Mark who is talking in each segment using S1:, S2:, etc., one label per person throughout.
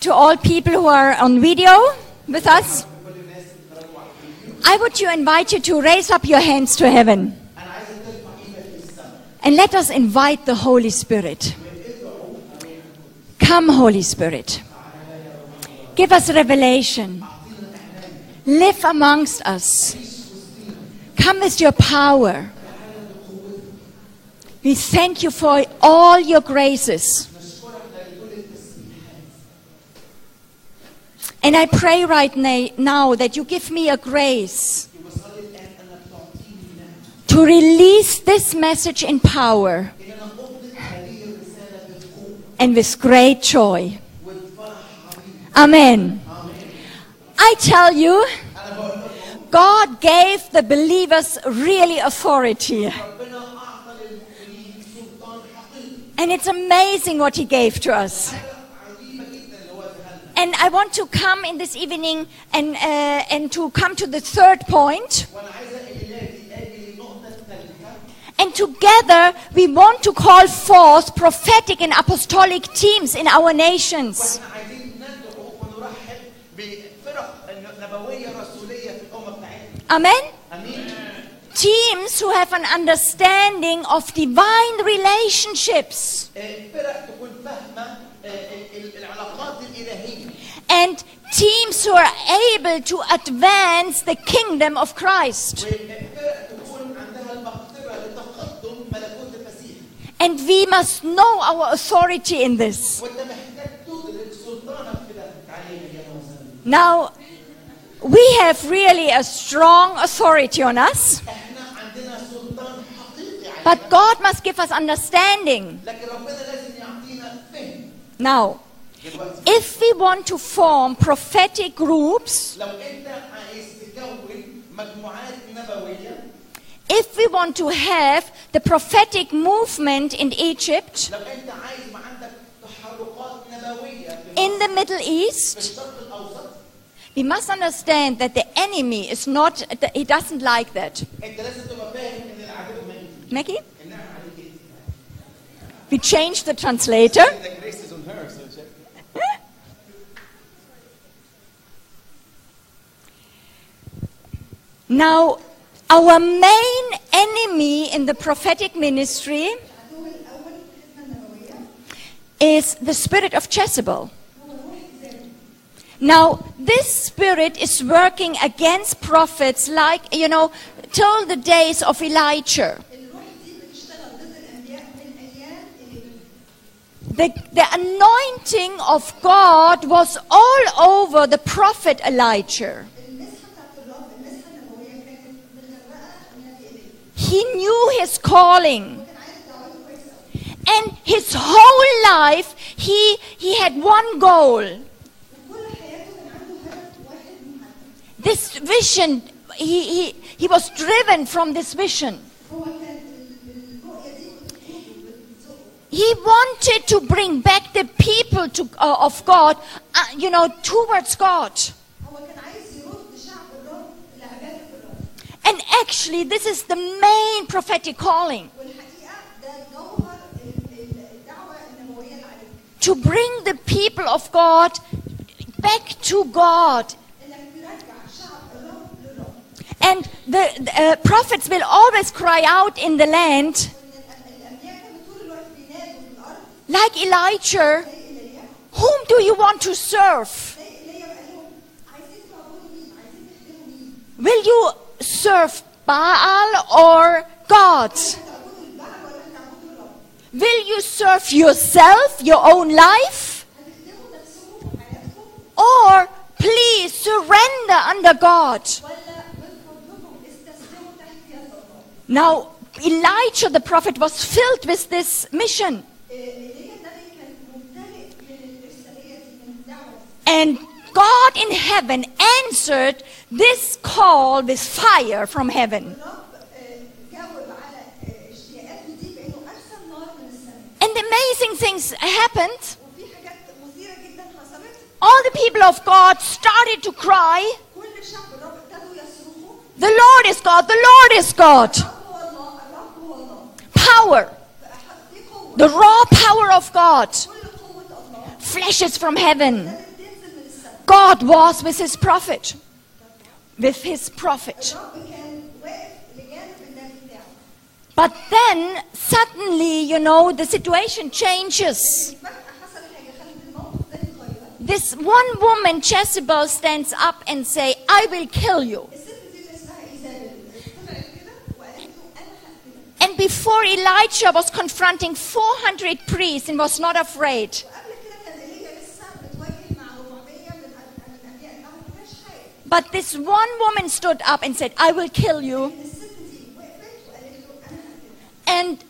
S1: to all people who are on video with us. I would you invite you to raise up your hands to heaven. And let us invite the Holy Spirit. Come, Holy Spirit. Give us revelation. Live amongst us. Come with your power. We thank you for all your graces. And I pray right na- now that you give me a grace to release this message in power and with great joy. Amen. I tell you, God gave the believers really authority. And it's amazing what He gave to us. And I want to come in this evening and, uh, and to come to the third point. And together we want to call forth prophetic and apostolic teams in our nations.
S2: احنا عايزين ندعو ونرحب بفرق نبويه رسوليه في الامه بتاعتنا
S1: Amen.
S2: امين
S1: Teams who have an understanding of divine relationships
S2: آه، فرق تكون فاهمه آه، ال- ال- العلاقات الالهيه
S1: and teams who are able to advance the kingdom of Christ.
S2: فرق تكون عندها المقدره لتقدم ملكوت المسيح
S1: And we must know our authority in this.
S2: وانت محتاج تدرك سلطانك في ده علينا يا موسى
S1: Now, we have really a strong authority on us,
S2: احنا عندنا سلطان حقيقي علينا
S1: but God must give us understanding.
S2: لكن ربنا لازم يعطينا فهم
S1: Now,
S2: دلوقتي
S1: if we want to form prophetic groups,
S2: لو انت عايز تكون مجموعات نبويه
S1: if we want to have the prophetic movement in Egypt,
S2: لو انت عايز ما عندك تحركات نبويه في
S1: in the Middle
S2: في
S1: East,
S2: الشرق الاوسط
S1: we must understand that the enemy is not, he doesn't like that.
S2: انت لازم تبقى فاهم ان العدو ميت
S1: Maggie?
S2: النعمه عليك إيه؟
S1: We changed the translator.
S2: The grace is on her, so she-
S1: Now, our main enemy in the prophetic ministry is the spirit of Jezebel. Now, this spirit is working against prophets like, you know, till the days of Elijah.
S3: الروح دي بتشتغل ضد الانبياء من ايام الهجرة.
S1: The, the anointing of God was all over the prophet Elijah.
S3: المسحه بتاعت الرب المسحه النبويه كانت متغرقه من الالهيه
S1: He knew his calling.
S3: كان عارف دعوته كويس قوي
S1: And his whole life, he, he had one goal.
S3: وكل حياته كان عنده هدف واحد محدد
S1: This vision, he, he, he was driven from this vision.
S3: هو كان ال- الرؤيه دي بتقوده وبتزقه
S1: He wanted to bring back the people to, uh, of God, uh, you know, towards God.
S3: هو كان عايز يرد شعب الرب لعباده الرب
S1: And actually, this is the main prophetic calling
S3: والحقيقه ده جوهر ال- ال- الدعوه النبويه اللي عليك
S1: to bring the people of God back to God.
S3: انك ترجع شعب الرب للرب
S1: And the, the uh, prophets will always cry out in the land,
S3: وان الأ- الانبياء كانوا طول الوقت بينادوا في الارض
S1: like Elijah,
S3: زي ايليا
S1: whom do you want to serve?
S3: زي ايليا وقال لهم عايزين تعبدوا مين؟ عايزين تخدموا مين؟
S1: Will you serve Baal or God?
S3: تعبدوا البعل ولا تعبدوا الرب؟
S1: Will you serve yourself, your own life?
S3: هتخدموا نفسكم وحياتكم
S1: Or please surrender under God.
S3: ولا من فضلكم استسلموا تحت يد الله؟
S1: Now, Elijah the prophet was filled with this mission.
S3: إيه، ايليا النبي كان ممتلئ من الارساليه دي من الدعوه دي.
S1: And God in heaven answered this call with fire from heaven.
S3: الرب آه، جاوب على آه، اشتياقاته دي بانه ارسل نار من السماء
S1: And amazing things happened.
S3: وفي حاجات مثيره جدا حصلت
S1: All the people of God started to cry,
S3: كل شعب الرب ابتدوا يصرخوا
S1: The Lord is God, the Lord is God.
S3: الرب هو الله الرب هو الله
S1: Power.
S3: فأحط- في قوه
S1: The raw power of God
S3: كل قوه الله
S1: flashes from heaven.
S3: بدت
S1: God was with his prophet. With his prophet.
S3: الرب كان واقف لجانب النبي بتاعه
S1: But then suddenly, you know, the situation changes.
S3: فجأة حصل حاجة خلت الموقف ده يتغير
S1: This one woman, Jezebel, stands up and say, I will kill you.
S3: الست دي اللي اسمها ايزابيل طلعت كده وقالت له انا هقتلك
S1: And before Elijah was confronting 400 priests and was not afraid,
S3: وقبل كده كان ايليا لسه بتواجه مع 400 من أن- من الانبياء انهم ما كانش خايف
S1: but this one woman stood up and said, I will kill you.
S3: الست دي وقفت وقالت له انا هقتلك
S1: And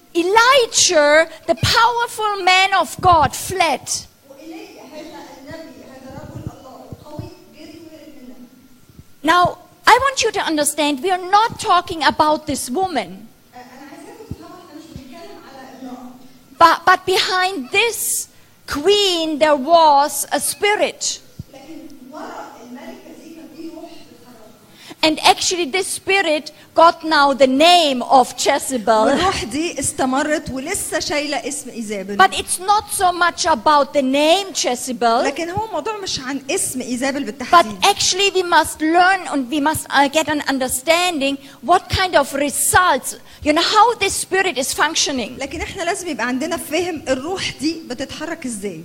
S1: Elijah, the powerful man of God, fled.
S3: وايليا هذا النبي هذا رجل الله القوي جري وهرب منها
S1: Now, I want you to understand, we are not talking about this woman,
S3: آه، انا عايزاكم تفهموا احنا مش بنتكلم على امراه
S1: but, but behind this queen, there was a spirit.
S3: لكن ورا الملكه دي كان في روح بتتحرك
S1: And actually, this spirit got now the name of Jezebel.
S4: والروح دي استمرت ولسه شايله اسم ايزابل
S1: But it's not so much about the name Jezebel,
S4: لكن هو الموضوع مش عن اسم ايزابل
S1: but
S4: بالتحديد
S1: actually, we must learn and we must uh, get an understanding what kind of results, you know, how this spirit is functioning.
S4: لكن احنا لازم يبقى عندنا فهم الروح دي بتتحرك ازاي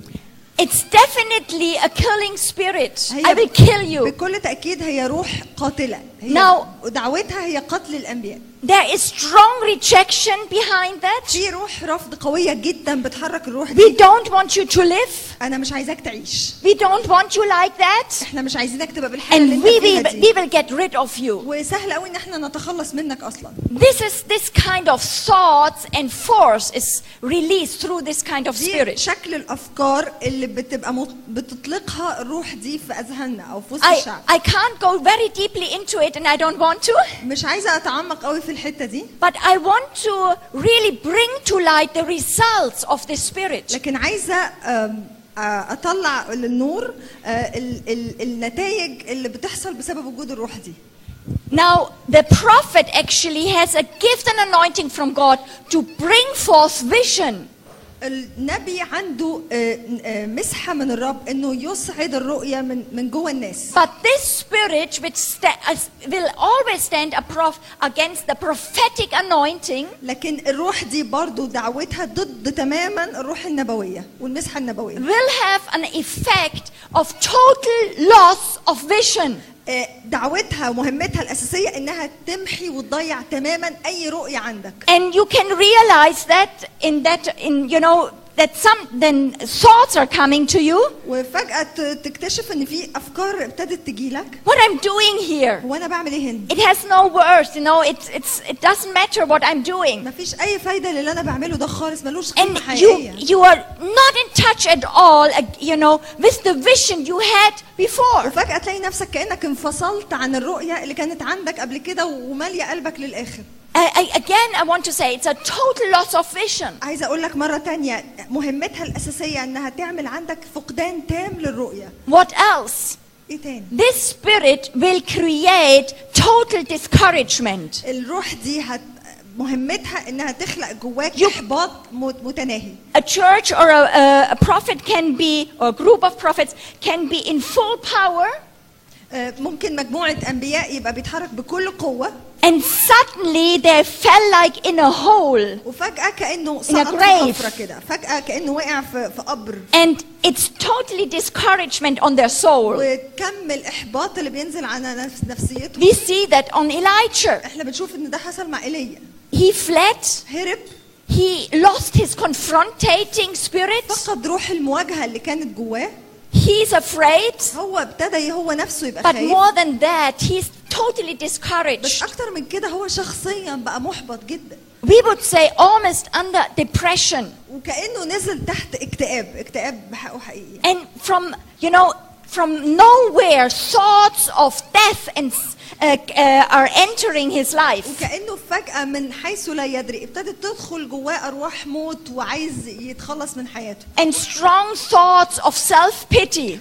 S1: It's definitely a killing spirit.
S4: هي
S1: I will kill you.
S4: بكل تاكيد هي روح قاتله هي
S1: Now-
S4: ودعوتها هي قتل الانبياء
S1: There is strong rejection behind that.
S4: في روح رفض قويه جدا بتحرك الروح
S1: We
S4: دي
S1: don't want you to live.
S4: انا مش عايزاك تعيش
S1: We don't want you like that.
S4: احنا مش عايزينك تبقى بالحاله
S1: And
S4: اللي
S1: we
S4: انت فيها
S1: will,
S4: دي
S1: we will get rid of you.
S4: وسهل قوي ان احنا نتخلص منك اصلا
S1: This is this kind of thoughts and force is released through this kind of
S4: دي
S1: spirit.
S4: شكل الافكار اللي بتبقى مط... بتطلقها الروح دي في اذهاننا او في وسط
S1: I,
S4: الشعب
S1: I can't go very deeply into it and I don't want to,
S4: مش عايزه اتعمق قوي في الحته دي
S1: but I want to really bring to light the results of this spirit.
S4: لكن عايزه أم، آه، اطلع للنور آه، ال- ال- النتائج اللي بتحصل بسبب وجود الروح دي
S1: Now, the prophet actually has a gift and anointing from God to bring forth vision.
S4: النبي عنده آه، آه، مسحه من الرب انه يسعد الرؤيه من من جوه الناس
S1: But this spirit, which sta- as- will always stand a prof- against the prophetic anointing,
S4: لكن الروح دي برضو دعوتها ضد تماما الروح النبويه والمسحه النبويه
S1: will have an effect of total loss of vision.
S4: آه، دعوتها ومهمتها الاساسيه انها تمحي وتضيع تماما اي رؤيه عندك
S1: And you can realize that in that, in, you know, that some then thoughts are coming to you.
S4: وفجاه ت- تكتشف ان في افكار ابتدت تجيلك
S1: What I'm doing here,
S4: هو انا بعمل ايه هنا
S1: it has no worth, you know, it's, it's, it doesn't matter what I'm doing.
S4: مفيش اي فايده للي انا بعمله ده خالص ملوش قيمه
S1: And you,
S4: حقيقيه
S1: you are not in touch at all, uh, you know, with the vision you had before.
S4: وفجاه تلاقي نفسك كانك انفصلت عن الرؤيه اللي كانت عندك قبل كده وماليه قلبك للاخر
S1: I, I, again, I want to say it's a total loss of vision.
S4: عايزه اقول لك مره تانية مهمتها الاساسيه انها تعمل عندك فقدان تام للرؤيه
S1: What else?
S4: ايه تاني
S1: This spirit will create total discouragement.
S4: الروح دي هت... مهمتها انها تخلق جواك
S1: يب-
S4: احباط مت- متناهي
S1: A church or a, a, a prophet can be, or a group of prophets can be in full power,
S4: آه، ممكن مجموعه انبياء يبقى بيتحرك بكل قوه
S1: and suddenly they fell like in a hole.
S4: وفجاه كانه
S1: In a
S4: سقط في
S1: grave.
S4: حفره كده فجاه كانه وقع في, في قبر
S1: And it's totally discouragement on their soul.
S4: وكم الاحباط اللي بينزل على نفس نفسيته
S1: We see that on Elijah.
S4: احنا بنشوف ان ده حصل مع ايليا
S1: He fled.
S4: هرب
S1: He lost his confrontating spirit.
S4: فقد روح المواجهه اللي كانت جواه
S1: He's afraid.
S4: هو ابتدى هو نفسه يبقى
S1: But
S4: خايف
S1: more than that, he's totally
S4: بس
S1: discouraged.
S4: اكتر من كده هو شخصيا بقى محبط جدا
S1: We would say almost under depression.
S4: وكانه نزل تحت اكتئاب اكتئاب بحقه حقيقي
S1: And from, you know, from nowhere, thoughts of death and, uh, uh, are entering his life.
S4: وكانه فجاه من حيث لا يدري ابتدت تدخل جواه ارواح موت وعايز يتخلص من حياته
S1: And strong thoughts of self pity.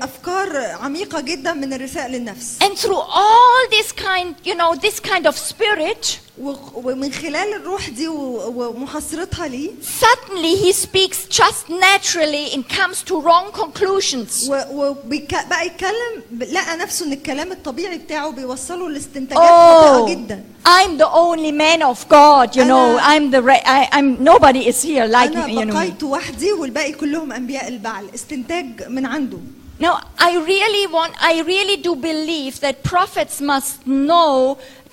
S4: وافكار عميقه جدا من الرثاء للنفس
S1: And through all this kind, you know, this kind of spirit,
S4: و- ومن خلال الروح دي و- ومحاصرتها ليه
S1: suddenly he speaks just naturally and comes to wrong conclusions.
S4: و- وبيك- بقى يتكلم ب- لقى نفسه ان الكلام الطبيعي بتاعه بيوصله لاستنتاجات
S1: Oh,
S4: خاطئه جدا
S1: I'm the only man of God, you know.
S4: أنا-
S1: I'm the re- I, I'm nobody is here like
S4: انا
S1: me, you know. me.
S4: بقيت وحدي والباقي كلهم انبياء البعل استنتاج من عنده
S1: No, I really want, I really do believe that prophets must know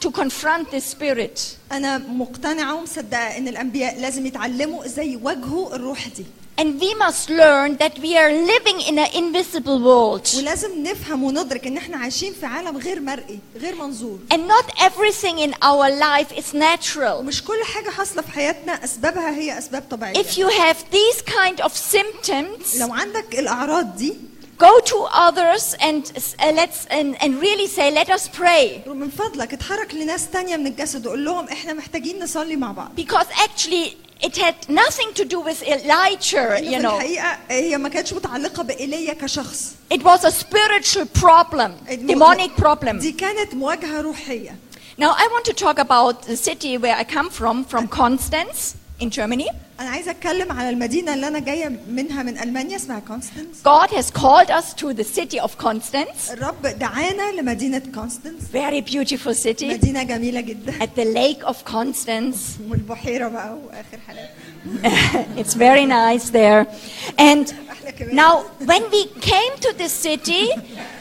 S1: to confront this spirit.
S4: انا مقتنعه ومصدقه ان الانبياء لازم يتعلموا ازاي يواجهوا الروح دي
S1: And we must learn that we are living in an invisible world.
S4: ولازم نفهم وندرك ان احنا عايشين في عالم غير مرئي غير منظور
S1: And not everything in our life is natural.
S4: ومش كل حاجه حاصله في حياتنا اسبابها هي اسباب طبيعيه
S1: If you have these kind of symptoms,
S4: لو عندك الاعراض دي
S1: go to others and s- uh, let's and, and really say, let us pray.
S4: من فضلك اتحرك لناس تانية من الجسد وقول لهم احنا محتاجين نصلي مع بعض
S1: Because actually, it had nothing to do with Elijah,
S4: لأن
S1: you
S4: في
S1: know.
S4: الحقيقه هي ما كانتش متعلقه بايليا كشخص
S1: It was a spiritual problem,
S4: الم-
S1: demonic problem.
S4: دي كانت مواجهه روحيه
S1: Now I want to talk about the city where I come from, from Constance in Germany.
S4: انا عايزه اتكلم على المدينه اللي انا جايه منها من المانيا اسمها كونستانس
S1: God has called us to the city of Constance,
S4: الرب دعانا لمدينه كونستانس
S1: very beautiful city,
S4: مدينه جميله جدا
S1: at the Lake of Constance.
S4: والبحيره بقى واخر حلقه
S1: it's very nice there. And now, when we came to this city,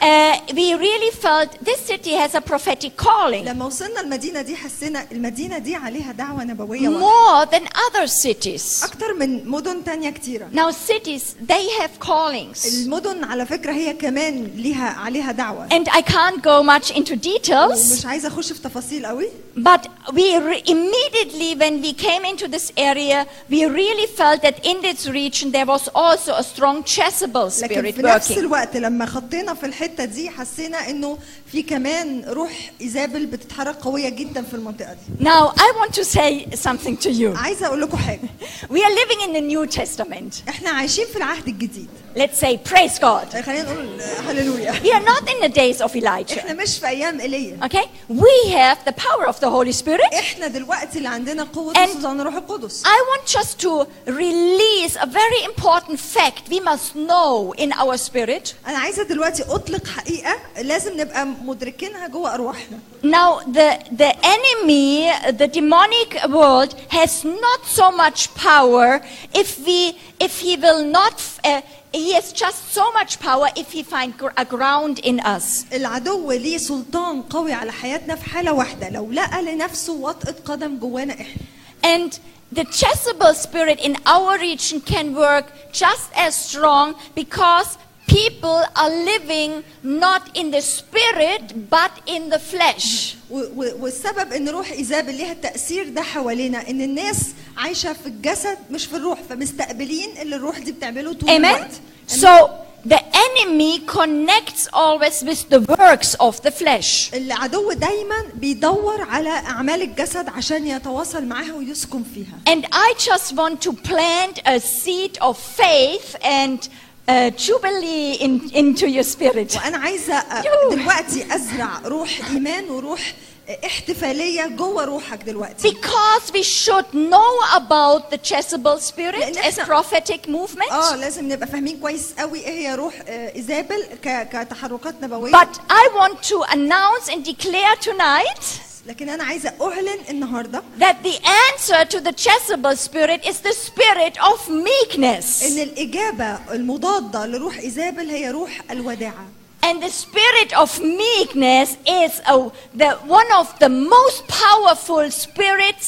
S1: uh, we really felt this city has a prophetic calling
S4: لما وصلنا المدينه دي حسينا المدينه دي عليها دعوه نبويه واضحة.
S1: more than other cities.
S4: اكتر من مدن تانية كتيره
S1: Now, cities they have callings,
S4: المدن على فكره هي كمان ليها عليها دعوه
S1: and I can't go much into details.
S4: مش عايزه اخش في تفاصيل قوي
S1: But we re- immediately, when we came into this area, we really felt that in this region there was also a strong Jezebel
S4: لكن
S1: spirit
S4: في نفس
S1: working.
S4: الوقت لما خطينا في الحته دي حسينا انه في كمان روح ايزابل بتتحرك قويه جدا في المنطقه دي
S1: Now, I want to say something to you.
S4: عايزه اقول لكم حاجه
S1: We are living in the New Testament.
S4: احنا عايشين في العهد الجديد إيه،
S1: Let's say, praise God.
S4: خلينا نقول هللويا
S1: We are not in the days of
S4: احنا
S1: Elijah.
S4: مش في ايام ايليا
S1: Okay? We have the power of the Holy Spirit.
S4: احنا دلوقتي اللي عندنا قوه
S1: And-
S4: سلطان روح القدس
S1: I want just to release a very important fact we must know in our spirit.
S4: انا عايزه دلوقتي اطلق حقيقه لازم نبقى مدركينها جوه ارواحنا
S1: Now, the, the enemy, the demonic world, has not so much power if we, if he will not, uh, he has just so much power if he find gr- a ground in us.
S4: العدو ليه سلطان قوي على حياتنا في حاله واحده لو لقى لنفسه وطئه قدم جوانا احنا
S1: And the Jezebel spirit in our region can work just as strong because people are living not in the spirit, but in the flesh.
S4: و- و- والسبب ان روح ايزابل ليها التاثير ده حوالينا ان الناس عايشه في الجسد مش في الروح فمستقبلين اللي الروح دي بتعمله طول
S1: Amen?
S4: الوقت
S1: So the enemy connects always with the works of the flesh.
S4: العدو دايما بيدور على اعمال الجسد عشان يتواصل معاها ويسكن فيها
S1: And I just want to plant a seed of faith and uh, jubilee in, into your spirit.
S4: وانا عايزه أ-
S1: يوه.
S4: دلوقتي ازرع روح ايمان وروح احتفاليه جوه روحك دلوقتي
S1: Because we should know about the Jezebel spirit
S4: لأن
S1: as
S4: إحنا-
S1: prophetic movement.
S4: اه لازم نبقى فاهمين كويس قوي ايه هي روح آه، ايزابل ك- كتحركات نبويه
S1: But I want to announce and declare tonight
S4: لكن انا عايزه اعلن النهارده
S1: that the answer to the Jezebel spirit is the spirit of meekness.
S4: ان الاجابه المضاده لروح ايزابل هي روح الوداعه
S1: And the spirit of meekness is a, the, one of the most powerful spirits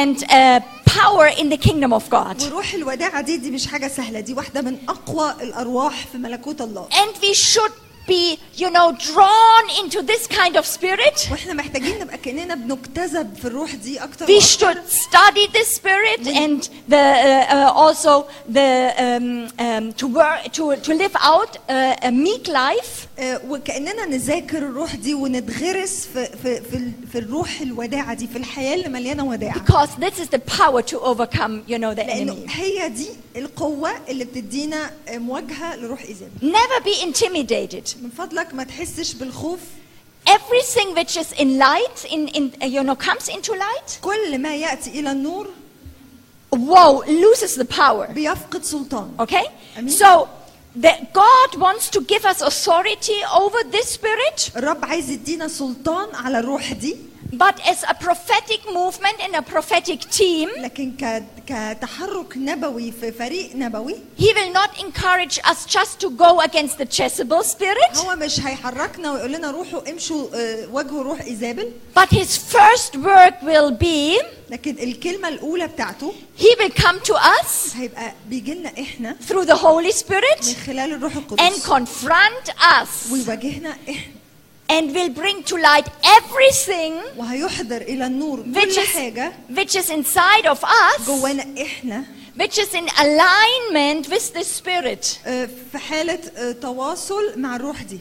S1: and uh, power in the kingdom of God.
S4: وروح الوداعه دي دي مش حاجه سهله دي واحده من اقوى الارواح في ملكوت الله
S1: And we should be, you know, drawn into this kind of spirit.
S4: واحنا محتاجين نبقى كاننا بنجتذب في الروح دي اكتر
S1: We
S4: وأكتر.
S1: should study the spirit and the, uh, uh, also the, um, um, to, work, to, to live out uh, a meek life.
S4: آه، وكاننا نذاكر الروح دي ونتغرس في في في, ال- في الروح الوداعه دي في الحياه اللي مليانه وداعه
S1: Because this is the power to overcome, you know, the
S4: لانه
S1: enemy.
S4: هي دي القوه اللي بتدينا آه، مواجهه لروح ايزابل
S1: Never be intimidated.
S4: من فضلك ما تحسش بالخوف
S1: Everything which is in light, in, in uh, you know, comes into light.
S4: كل ما ياتي الى النور
S1: Woe loses the power.
S4: بيفقد سلطان
S1: Okay.
S4: Amen.
S1: So that God wants to give us authority over this spirit,
S4: الرب عايز يدينا سلطان على الروح دي
S1: but as a prophetic movement and a prophetic team,
S4: لكن ك- كتحرك نبوي في فريق نبوي
S1: He will not encourage us just to go against the Jezebel spirit,
S4: هو مش هيحركنا ويقول لنا روحوا امشوا آه، واجهوا روح ايزابل
S1: but His first work will be
S4: لكن الكلمه الاولى بتاعته
S1: He will come to us
S4: هيبقى بيجي لنا احنا
S1: through the Holy
S4: من
S1: Spirit
S4: خلال الروح
S1: and
S4: القدس
S1: confront us
S4: ويواجهنا احنا
S1: and will bring to light everything
S4: وهيحضر الى النور
S1: which
S4: كل
S1: is,
S4: حاجه
S1: which is inside of us,
S4: جوانا احنا
S1: which is in alignment with the Spirit.
S4: آه، في حاله آه، تواصل مع الروح دي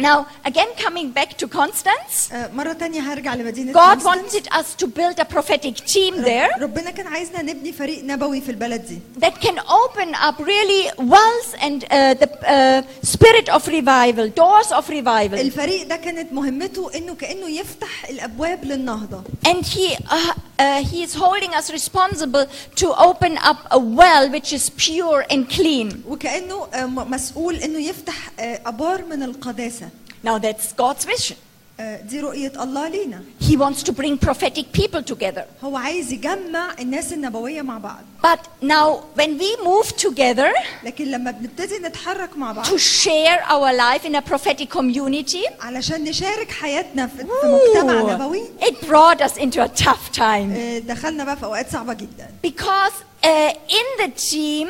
S1: Now, again, coming back to Constance,
S4: آه، مره تانية هرجع لمدينه
S1: God
S4: كونستانس.
S1: wanted us to build a prophetic team
S4: رب-
S1: there
S4: ربنا كان عايزنا نبني فريق نبوي في البلد دي
S1: that can open up really wells and uh, the uh, spirit of revival, doors of revival.
S4: الفريق ده كانت مهمته انه كانه يفتح الابواب للنهضه
S1: And He, uh, uh, he is holding us responsible to open up a well which is pure and clean.
S4: وكانه آه، م- مسؤول انه يفتح آه، ابار من القداسه
S1: Now, that's God's vision.
S4: آه، دي رؤيه الله لينا
S1: He wants to bring prophetic people together.
S4: هو عايز يجمع الناس النبويه مع بعض
S1: But now, when we move together
S4: لكن لما بنبتدي نتحرك مع بعض
S1: to share our life in a prophetic community,
S4: علشان نشارك حياتنا في في
S1: Ooh, Eh.
S4: مجتمع نبوي
S1: It brought us into a tough time
S4: آه، دخلنا بقى في اوقات صعبه جدا
S1: because uh, in the team,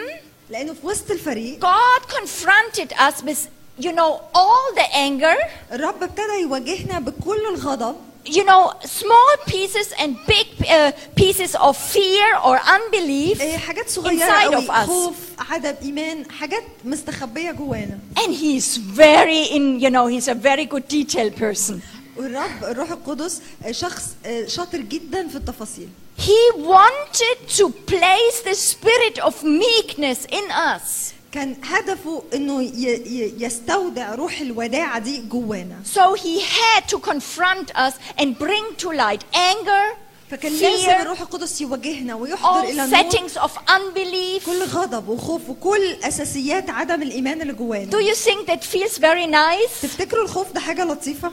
S4: لانه في وسط الفريق
S1: God confronted us with, you know, all the anger,
S4: الرب ابتدى يواجهنا بكل الغضب
S1: you know, small pieces and big uh, pieces of fear or unbelief,
S4: آه، حاجات صغيره
S1: Inside
S4: قوي
S1: of us.
S4: خوف عدم ايمان حاجات مستخبيه جوانا
S1: and He's very in, you know, He's a very good detail person.
S4: والرب الروح القدس آه، شخص آه، شاطر جدا في التفاصيل
S1: He wanted to place the spirit of meekness in us.
S4: كان هدفه انه ي- ي- يستودع روح الوداعه دي جوانا
S1: So he had to confront us and bring to light anger,
S4: فكان لازم
S1: fear,
S4: الروح القدس يواجهنا ويحضر
S1: all
S4: الى النور
S1: settings of unbelief.
S4: كل غضب وخوف وكل اساسيات عدم الايمان اللي
S1: Do
S4: جوانا
S1: you think that feels very nice?
S4: تفتكروا الخوف ده حاجه لطيفه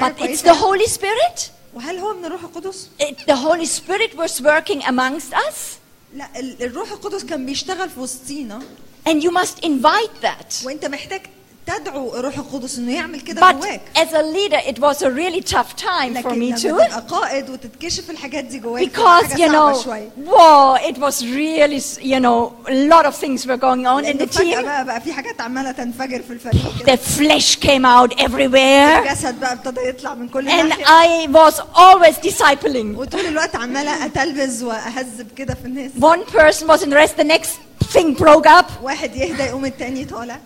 S4: حاجة
S1: But it's
S4: كويسة؟
S1: the Holy Spirit.
S4: وهل هو من الروح القدس
S1: It, the Holy Spirit was working amongst us,
S4: لا ال- الروح القدس كان بيشتغل في وسطينا
S1: and you must invite that.
S4: وانت محتاج تدعو الروح القدس انه يعمل كده
S1: But
S4: جواك
S1: as a leader, it was a really tough time for
S4: لكن
S1: me
S4: لما
S1: too.
S4: تبقى قائد وتتكشف الحاجات دي جواك
S1: Because,
S4: حاجة
S1: you
S4: صعبة
S1: know,
S4: شوية.
S1: whoa, it was really, s- you know, a lot of things were going on in
S4: لأنه
S1: the
S4: فجأة
S1: team.
S4: بقى بقى في حاجات عمالة تنفجر في الفريق كده.
S1: The flesh came out everywhere,
S4: الجسد بقى ابتدى يطلع من كل
S1: and
S4: ناحية
S1: I was always discipling.
S4: وطول الوقت عمالة أتلبز وأهذب كده في الناس
S1: One person was in rest, the next thing broke up.
S4: واحد يهدى يقوم التاني طالع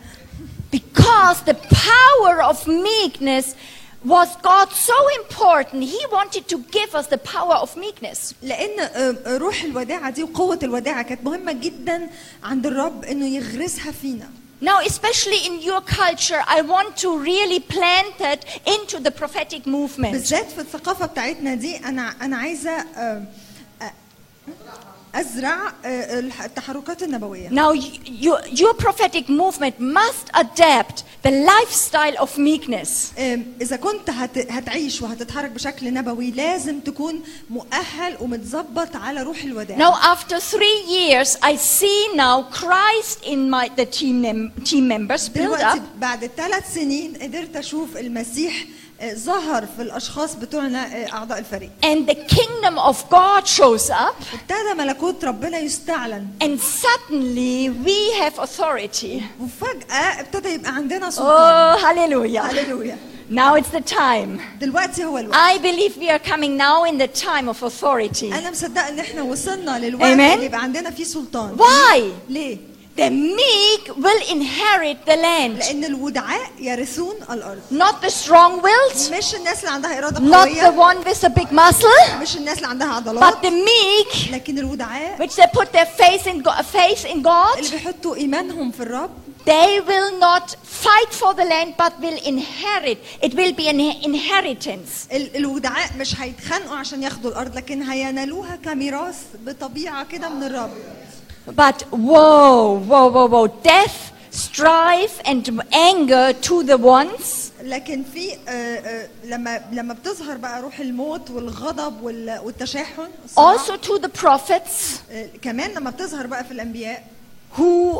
S1: Because the power of meekness was God so important, He wanted to give us the power of meekness.
S4: لأن آه، روح الوداعة دي وقوة الوداعة كانت مهمة جدا عند الرب إنه يغرسها فينا
S1: Now, especially in your culture, I want to really plant that into the prophetic movement.
S4: بالذات في الثقافة بتاعتنا دي أنا أنا عايزة آه، آه، أزرع آه، الح- التحركات النبوية
S1: Now, y- you, your prophetic movement must adapt the lifestyle of meekness.
S4: آم، آه، إذا كنت هت- هتعيش وهتتحرك بشكل نبوي لازم تكون مؤهل ومتظبط على روح الوداع
S1: Now, after three years, I see now Christ in my, the team, mem- team members build up.
S4: دلوقتي بعد ثلاث سنين قدرت أشوف المسيح آه، ظهر في الاشخاص بتوعنا آه، اعضاء الفريق
S1: and the kingdom of God shows up,
S4: ابتدى ملكوت ربنا يستعلن
S1: and suddenly we have authority.
S4: وفجاه ابتدى يبقى عندنا سلطان
S1: Oh, hallelujah.
S4: هللويا
S1: Now it's the time.
S4: دلوقتي هو الوقت
S1: I believe we are coming now in the time of authority.
S4: انا مصدقه ان احنا وصلنا للوقت
S1: Amen.
S4: اللي يبقى عندنا فيه سلطان
S1: Why?
S4: ليه
S1: The meek will inherit the land,
S4: لان الودعاء يرثون الارض
S1: not the strong willed,
S4: مش الناس اللي عندها اراده
S1: not the
S4: قويه
S1: one with a big muscle,
S4: مش الناس اللي عندها عضلات
S1: but the meek,
S4: لكن الودعاء
S1: which they put their faith in, go- faith in God,
S4: اللي بيحطوا ايمانهم في الرب
S1: they will not fight for the land but will inherit. It will be an inheritance.
S4: ال- الودعاء مش هيتخانقوا عشان ياخدوا الارض لكن هينالوها كميراث بطبيعه كده من الرب
S1: But whoa, whoa, whoa, whoa. Death, strife, and anger to the ones.
S4: لكن في آه، آه، لما لما بتظهر بقى روح الموت والغضب وال- والتشاحن الصراع،
S1: also to the prophets
S4: آه، كمان لما بتظهر بقى في الانبياء
S1: who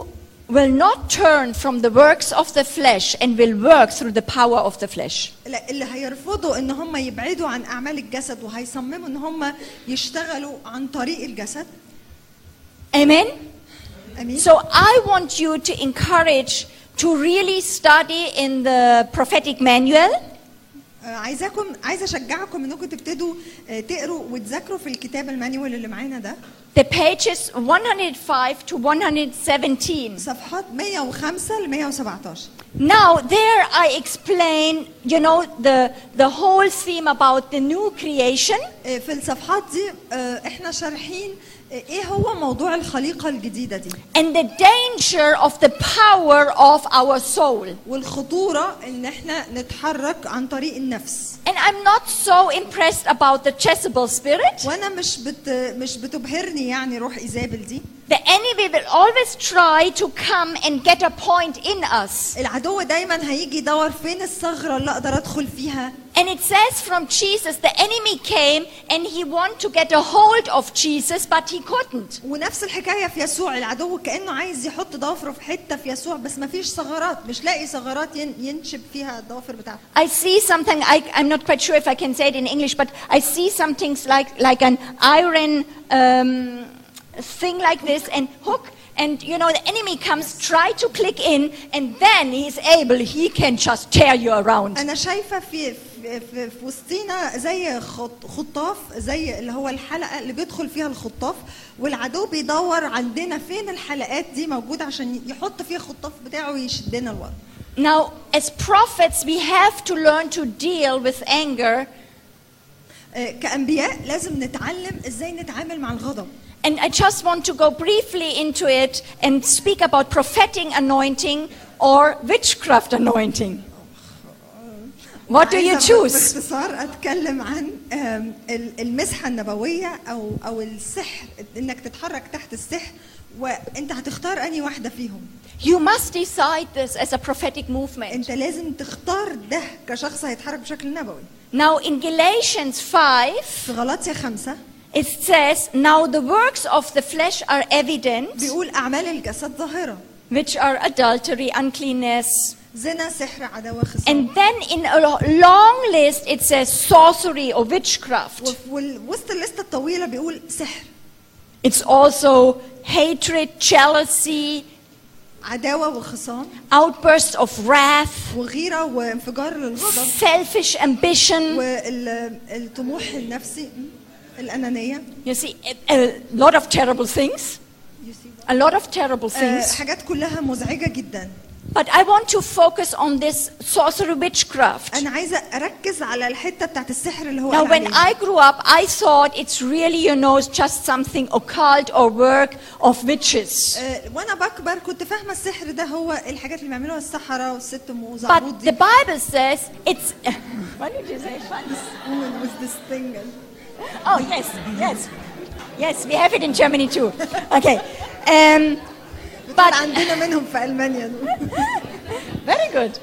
S1: will not turn from the works of the flesh and will work through the power of the flesh.
S4: لا، اللي هيرفضوا ان هم يبعدوا عن اعمال الجسد وهيصمموا ان هم يشتغلوا عن طريق الجسد
S1: Amen?
S4: امين
S1: So I want you to encourage to really study in the prophetic manual.
S4: آه، عايزاكم عايزه اشجعكم انكم تبتدوا آه، تقروا وتذاكروا في الكتاب المانيوال اللي معانا ده
S1: The pages 105 to 117.
S4: صفحات 105 ل 117
S1: Now there I explain, you know, the the whole theme about the new creation
S4: آه، في الصفحات دي آه، احنا شارحين آه، ايه هو موضوع الخليقه الجديده دي
S1: and the danger of the power of our soul.
S4: والخطوره ان احنا نتحرك عن طريق النفس
S1: And I'm not so impressed about the Jezebel spirit.
S4: وانا مش بت مش بتبهرني يعني روح ايزابل دي
S1: The enemy will always try to come and get a point in us.
S4: العدو دايما هيجي يدور فين الثغره اللي اقدر ادخل فيها
S1: And it says from Jesus, the enemy came and he wanted to get a hold of Jesus, but he couldn't.
S4: ونفس الحكايه في يسوع العدو كانه عايز يحط ضوافره في حته في يسوع بس مفيش ثغرات مش لاقي ثغرات ين- ينشب فيها الضوافر بتاعته
S1: I see something, I, I'm not quite sure if I can say it in English, but I see some things like, like an iron um, thing like this and hook. And you know, the enemy comes, try to click in, and then he's able, he can just tear you around.
S4: انا شايفه في في, في, في وسطينا زي خط خطاف زي اللي هو الحلقه اللي بيدخل فيها الخطاف والعدو بيدور عندنا فين الحلقات دي موجوده عشان يحط فيها الخطاف بتاعه ويشدنا لورا
S1: Now, as prophets, we have to learn to deal with anger.
S4: آه، كانبياء لازم نتعلم ازاي نتعامل مع الغضب
S1: And I just want to go briefly into it and speak about prophetic anointing or witchcraft anointing. What do you
S4: عايزة ب-
S1: choose?
S4: باختصار اتكلم عن آم، ال- المسحه النبويه او او السحر انك تتحرك تحت السحر وانت هتختار اني واحده فيهم
S1: You must decide this as a prophetic movement.
S4: انت لازم تختار ده كشخص هيتحرك بشكل نبوي
S1: Now, in Galatians 5,
S4: في غلطية خمسة
S1: it says, Now the works of the flesh are evident,
S4: بيقول أعمال الجسد ظاهرة
S1: which are adultery, uncleanness.
S4: زنا سحر عداوة خصام
S1: And then in a lo- long list, it says sorcery or witchcraft.
S4: وفي وسط الليستة الطويلة بيقول سحر
S1: It's also hatred, jealousy,
S4: عداوة وخصام
S1: outbursts of wrath,
S4: وغيرة وانفجار للغضب
S1: selfish ambition.
S4: والطموح النفسي م، الأنانية
S1: You see, a- a lot of terrible things.
S4: You see what-
S1: A lot of terrible
S4: آه،
S1: things.
S4: حاجات كلها مزعجة جدا
S1: But I want to focus on this sorcery witchcraft.
S4: أنا عايزة أركز على الحتة بتاعت السحر اللي هو
S1: Now,
S4: قال
S1: when
S4: عليها.
S1: I grew up, I thought it's really, you know, just something occult or work of witches.
S4: آه، وانا بكبر كنت فاهمه السحر ده هو الحاجات اللي بيعملوها السحره والست ام وزعبوط
S1: But
S4: دي
S1: the Bible says it's. what did you say?
S4: woman with this thing.
S1: Oh, yes, yes. Yes, we have it in Germany too. Okay. Um,
S4: بتبقى
S1: but
S4: عندنا منهم في المانيا دول.
S1: Very good.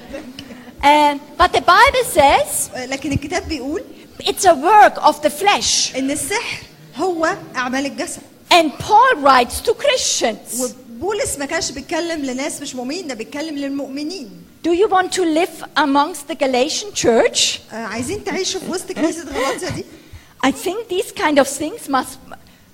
S1: Um, but the Bible says
S4: لكن الكتاب بيقول
S1: it's a work of the flesh.
S4: ان السحر هو اعمال الجسد
S1: And Paul writes to Christians
S4: وبولس ما كانش بيتكلم لناس مش مؤمنين ده بيتكلم للمؤمنين
S1: Do you want to live amongst the Galatian church?
S4: آه، عايزين تعيشوا في وسط كنيسه غلاطيا دي
S1: I think these kind of things must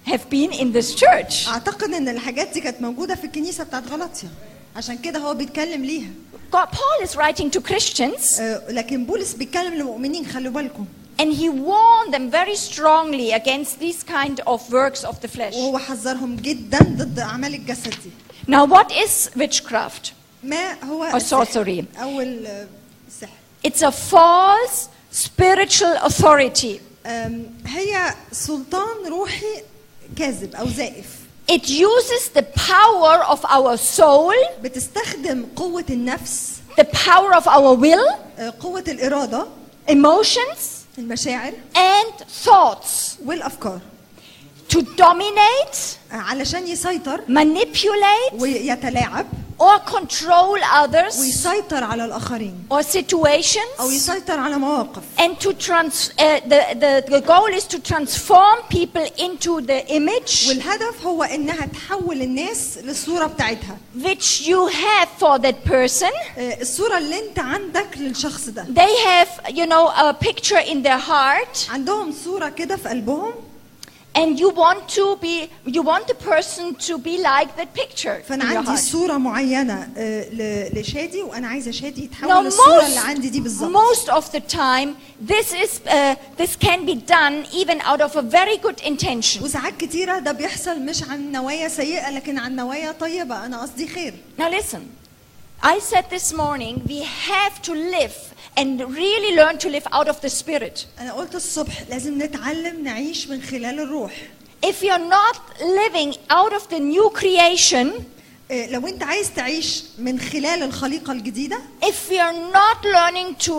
S1: have been in this church.
S4: اعتقد ان الحاجات دي كانت موجوده في الكنيسه بتاعت غلاطيا عشان كده هو بيتكلم ليها
S1: God, Paul is writing to Christians
S4: آه، لكن بولس بيتكلم للمؤمنين خلوا بالكم
S1: and he warned them very strongly against these kind of works of the flesh.
S4: وهو حذرهم جدا ضد اعمال الجسد دي
S1: Now, what is witchcraft?
S4: ما هو
S1: Or
S4: السحر؟
S1: sorcery.
S4: او ال- آه، السحر
S1: It's a false spiritual authority.
S4: آم، هي سلطان روحي كاذب او زائف
S1: It uses the power of our soul,
S4: بتستخدم قوه النفس
S1: the power of our will,
S4: آه، قوه الاراده
S1: emotions,
S4: المشاعر
S1: and thoughts
S4: والافكار
S1: to dominate,
S4: آه، علشان يسيطر
S1: manipulate,
S4: ويتلاعب
S1: or control others
S4: ويسيطر على الاخرين
S1: or
S4: او
S1: situations.
S4: يسيطر على مواقف
S1: And to trans, uh, the, the, the goal is to transform people into the image
S4: والهدف هو انها تحول الناس للصوره بتاعتها
S1: which you have for that person.
S4: آه، الصوره اللي انت عندك للشخص ده
S1: They have, you know, a picture in their heart,
S4: عندهم صوره كده في قلبهم
S1: and you want to be, you want the person to be like that picture. in
S4: فانا
S1: your
S4: عندي
S1: heart.
S4: صوره معينه آه، ل- لشادي وانا عايزه شادي
S1: Now,
S4: يتحول للصوره اللي عندي دي
S1: most,
S4: بالظبط
S1: most of the time, this is, uh, this can be done even out of a very good intention.
S4: وساعات كتيرة ده بيحصل مش عن نوايا سيئة لكن عن نوايا طيبة أنا قصدي خير
S1: Now listen, I said this morning we have to live and really learn to live out of the spirit.
S4: أنا قلت الصبح لازم نتعلم نعيش من خلال الروح
S1: If you're not living out of the new creation,
S4: آه، لو أنت عايز تعيش من خلال الخليقة الجديدة
S1: if we are not learning to,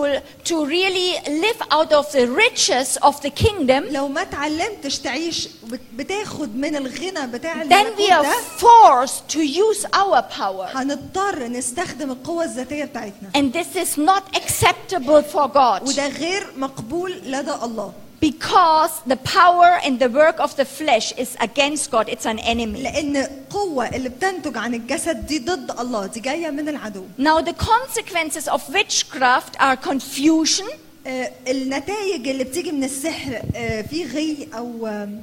S1: to really live out of the riches of the kingdom,
S4: لو ما اتعلمتش تعيش وبت- بتاخد من الغنى بتاع
S1: then
S4: الملكوت
S1: we are
S4: ده
S1: forced to use our power.
S4: هنضطر نستخدم القوة الذاتية بتاعتنا
S1: And this is not acceptable for God
S4: وده غير مقبول لدى الله
S1: because the power and the work of the flesh is against God, it's an enemy.
S4: لأن القوة اللي بتنتج عن الجسد دي ضد الله دي جاية من العدو
S1: Now, the consequences of witchcraft are confusion,
S4: آه، النتائج اللي بتيجي من السحر آه، في غي او آم،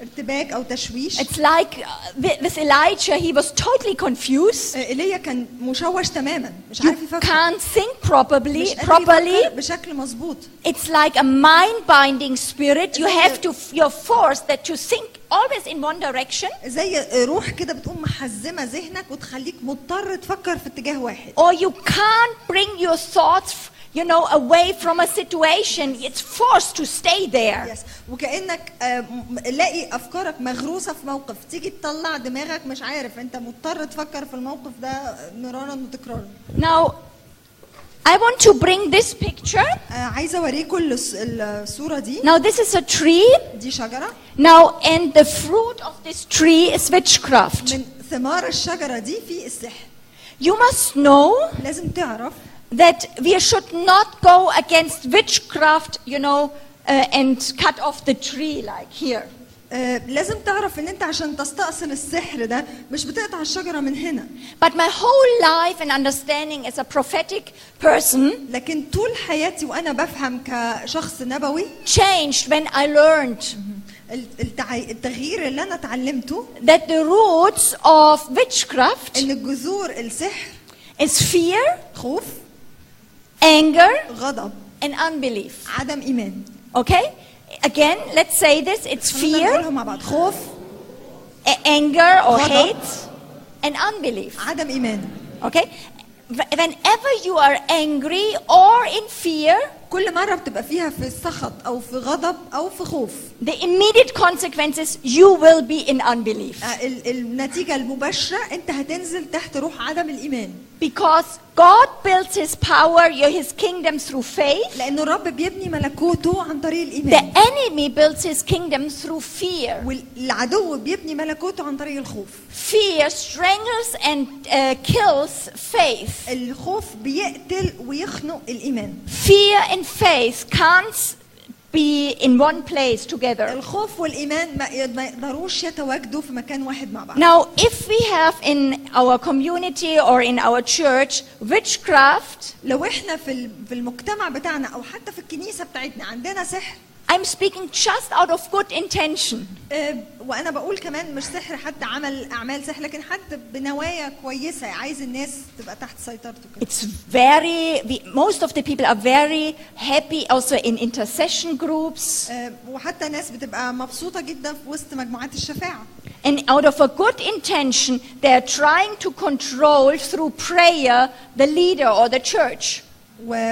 S4: ارتباك او تشويش
S1: It's like uh, with with Elijah, he was totally confused.
S4: آه، ايليا كان مشوش تماما مش
S1: You
S4: عارف يفكر
S1: can't think properly.
S4: مش قادر
S1: Properly,
S4: يفكر بشكل مظبوط
S1: it's like a mind-binding spirit. You
S4: It's
S1: have
S4: a-
S1: to, you're forced that to think always in one direction,
S4: زي روح كده بتقوم محزمه ذهنك وتخليك مضطر تفكر في اتجاه واحد
S1: or you can't bring your thoughts, you know, away from a situation. It's forced to stay there.
S4: يس وكانك آه، م- لاقي افكارك مغروسه في موقف تيجي تطلع دماغك مش عارف انت مضطر تفكر في الموقف ده مرارا وتكرارا
S1: Now, I want to bring this picture.
S4: آه، عايزه اوريكم الص- الصوره دي
S1: Now, this is a tree.
S4: دي شجره
S1: Now, and the fruit of this tree is witchcraft.
S4: من ثمار الشجرة دي في السحر
S1: You must know
S4: لازم تعرف
S1: that we should not go against witchcraft, you know, uh, and cut off the tree like here.
S4: آه، لازم تعرف ان انت عشان تستأصل السحر ده مش بتقطع الشجرة من هنا
S1: But my whole life and understanding as a prophetic person
S4: لكن طول حياتي وانا بفهم كشخص نبوي
S1: changed when I learned
S4: ال- التع- التغيير اللي انا اتعلمته
S1: that the roots of witchcraft
S4: ان الجذور السحر
S1: is fear,
S4: خوف
S1: anger,
S4: غضب
S1: and unbelief.
S4: عدم ايمان
S1: Okay? Again, let's say this it's
S4: خلينا
S1: fear,
S4: نقولها مع بعض خوف
S1: a- anger or
S4: Hold on.
S1: hate, and unbelief.
S4: عدم ايمان
S1: Okay? Wh- Whenever you are angry or in fear,
S4: كل مرة بتبقى فيها في سخط او في غضب او في خوف
S1: the immediate consequence is you will be in unbelief.
S4: آه، ال- النتيجة المباشرة انت هتنزل تحت روح عدم الايمان
S1: Because God builds his power, your- his kingdom through faith.
S4: لأن الرب بيبني ملكوته عن طريق
S1: The
S4: الإيمان
S1: enemy builds his kingdom through fear.
S4: والعدو بيبني ملكوته عن طريق الخوف
S1: Fear strangles and uh, kills faith.
S4: الخوف بيقتل ويخنق الإيمان
S1: Fear and faith can't be in one place together.
S4: الخوف والايمان ما ما يقدروش يتواجدوا في مكان واحد مع بعض
S1: Now, if we have in our community or in our church witchcraft,
S4: لو احنا في ال- في المجتمع بتاعنا او حتى في الكنيسه بتاعتنا عندنا سحر
S1: I'm speaking just out of good intention.
S4: آه، وانا بقول كمان مش سحر حد عمل اعمال سحر لكن حد بنوايا كويسه عايز الناس تبقى تحت سيطرته كده
S1: It's very, we, most of the people are very happy also in intercession groups.
S4: آه، وحتى ناس بتبقى مبسوطه جدا في وسط مجموعات الشفاعه
S1: And out of a good intention, they're trying to control through prayer the leader or the church.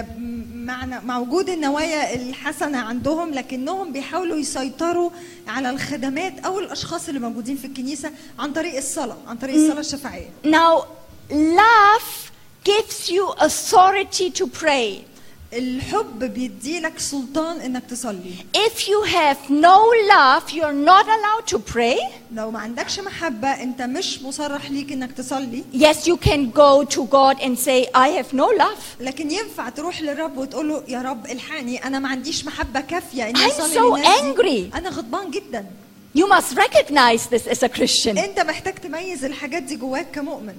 S4: ومعنى مع وجود النوايا الحسنه عندهم لكنهم بيحاولوا يسيطروا على الخدمات او الاشخاص اللي موجودين في الكنيسه عن طريق الصلاه عن طريق الصلاه الشفاعيه
S1: Now, love gives you authority to pray.
S4: الحب بيديلك سلطان انك تصلي
S1: If you have no love, you're not allowed to pray.
S4: لو ما عندكش محبه انت مش مصرح ليك انك تصلي
S1: Yes, you can go to God and say, I have no love.
S4: لكن ينفع تروح للرب وتقول له يا رب الحقني انا ما عنديش محبه كافيه اني
S1: I'm
S4: اصلي
S1: so
S4: للناس دي.
S1: angry.
S4: انا غضبان جدا
S1: You must recognize this as a Christian.
S4: انت محتاج تميز الحاجات دي جواك كمؤمن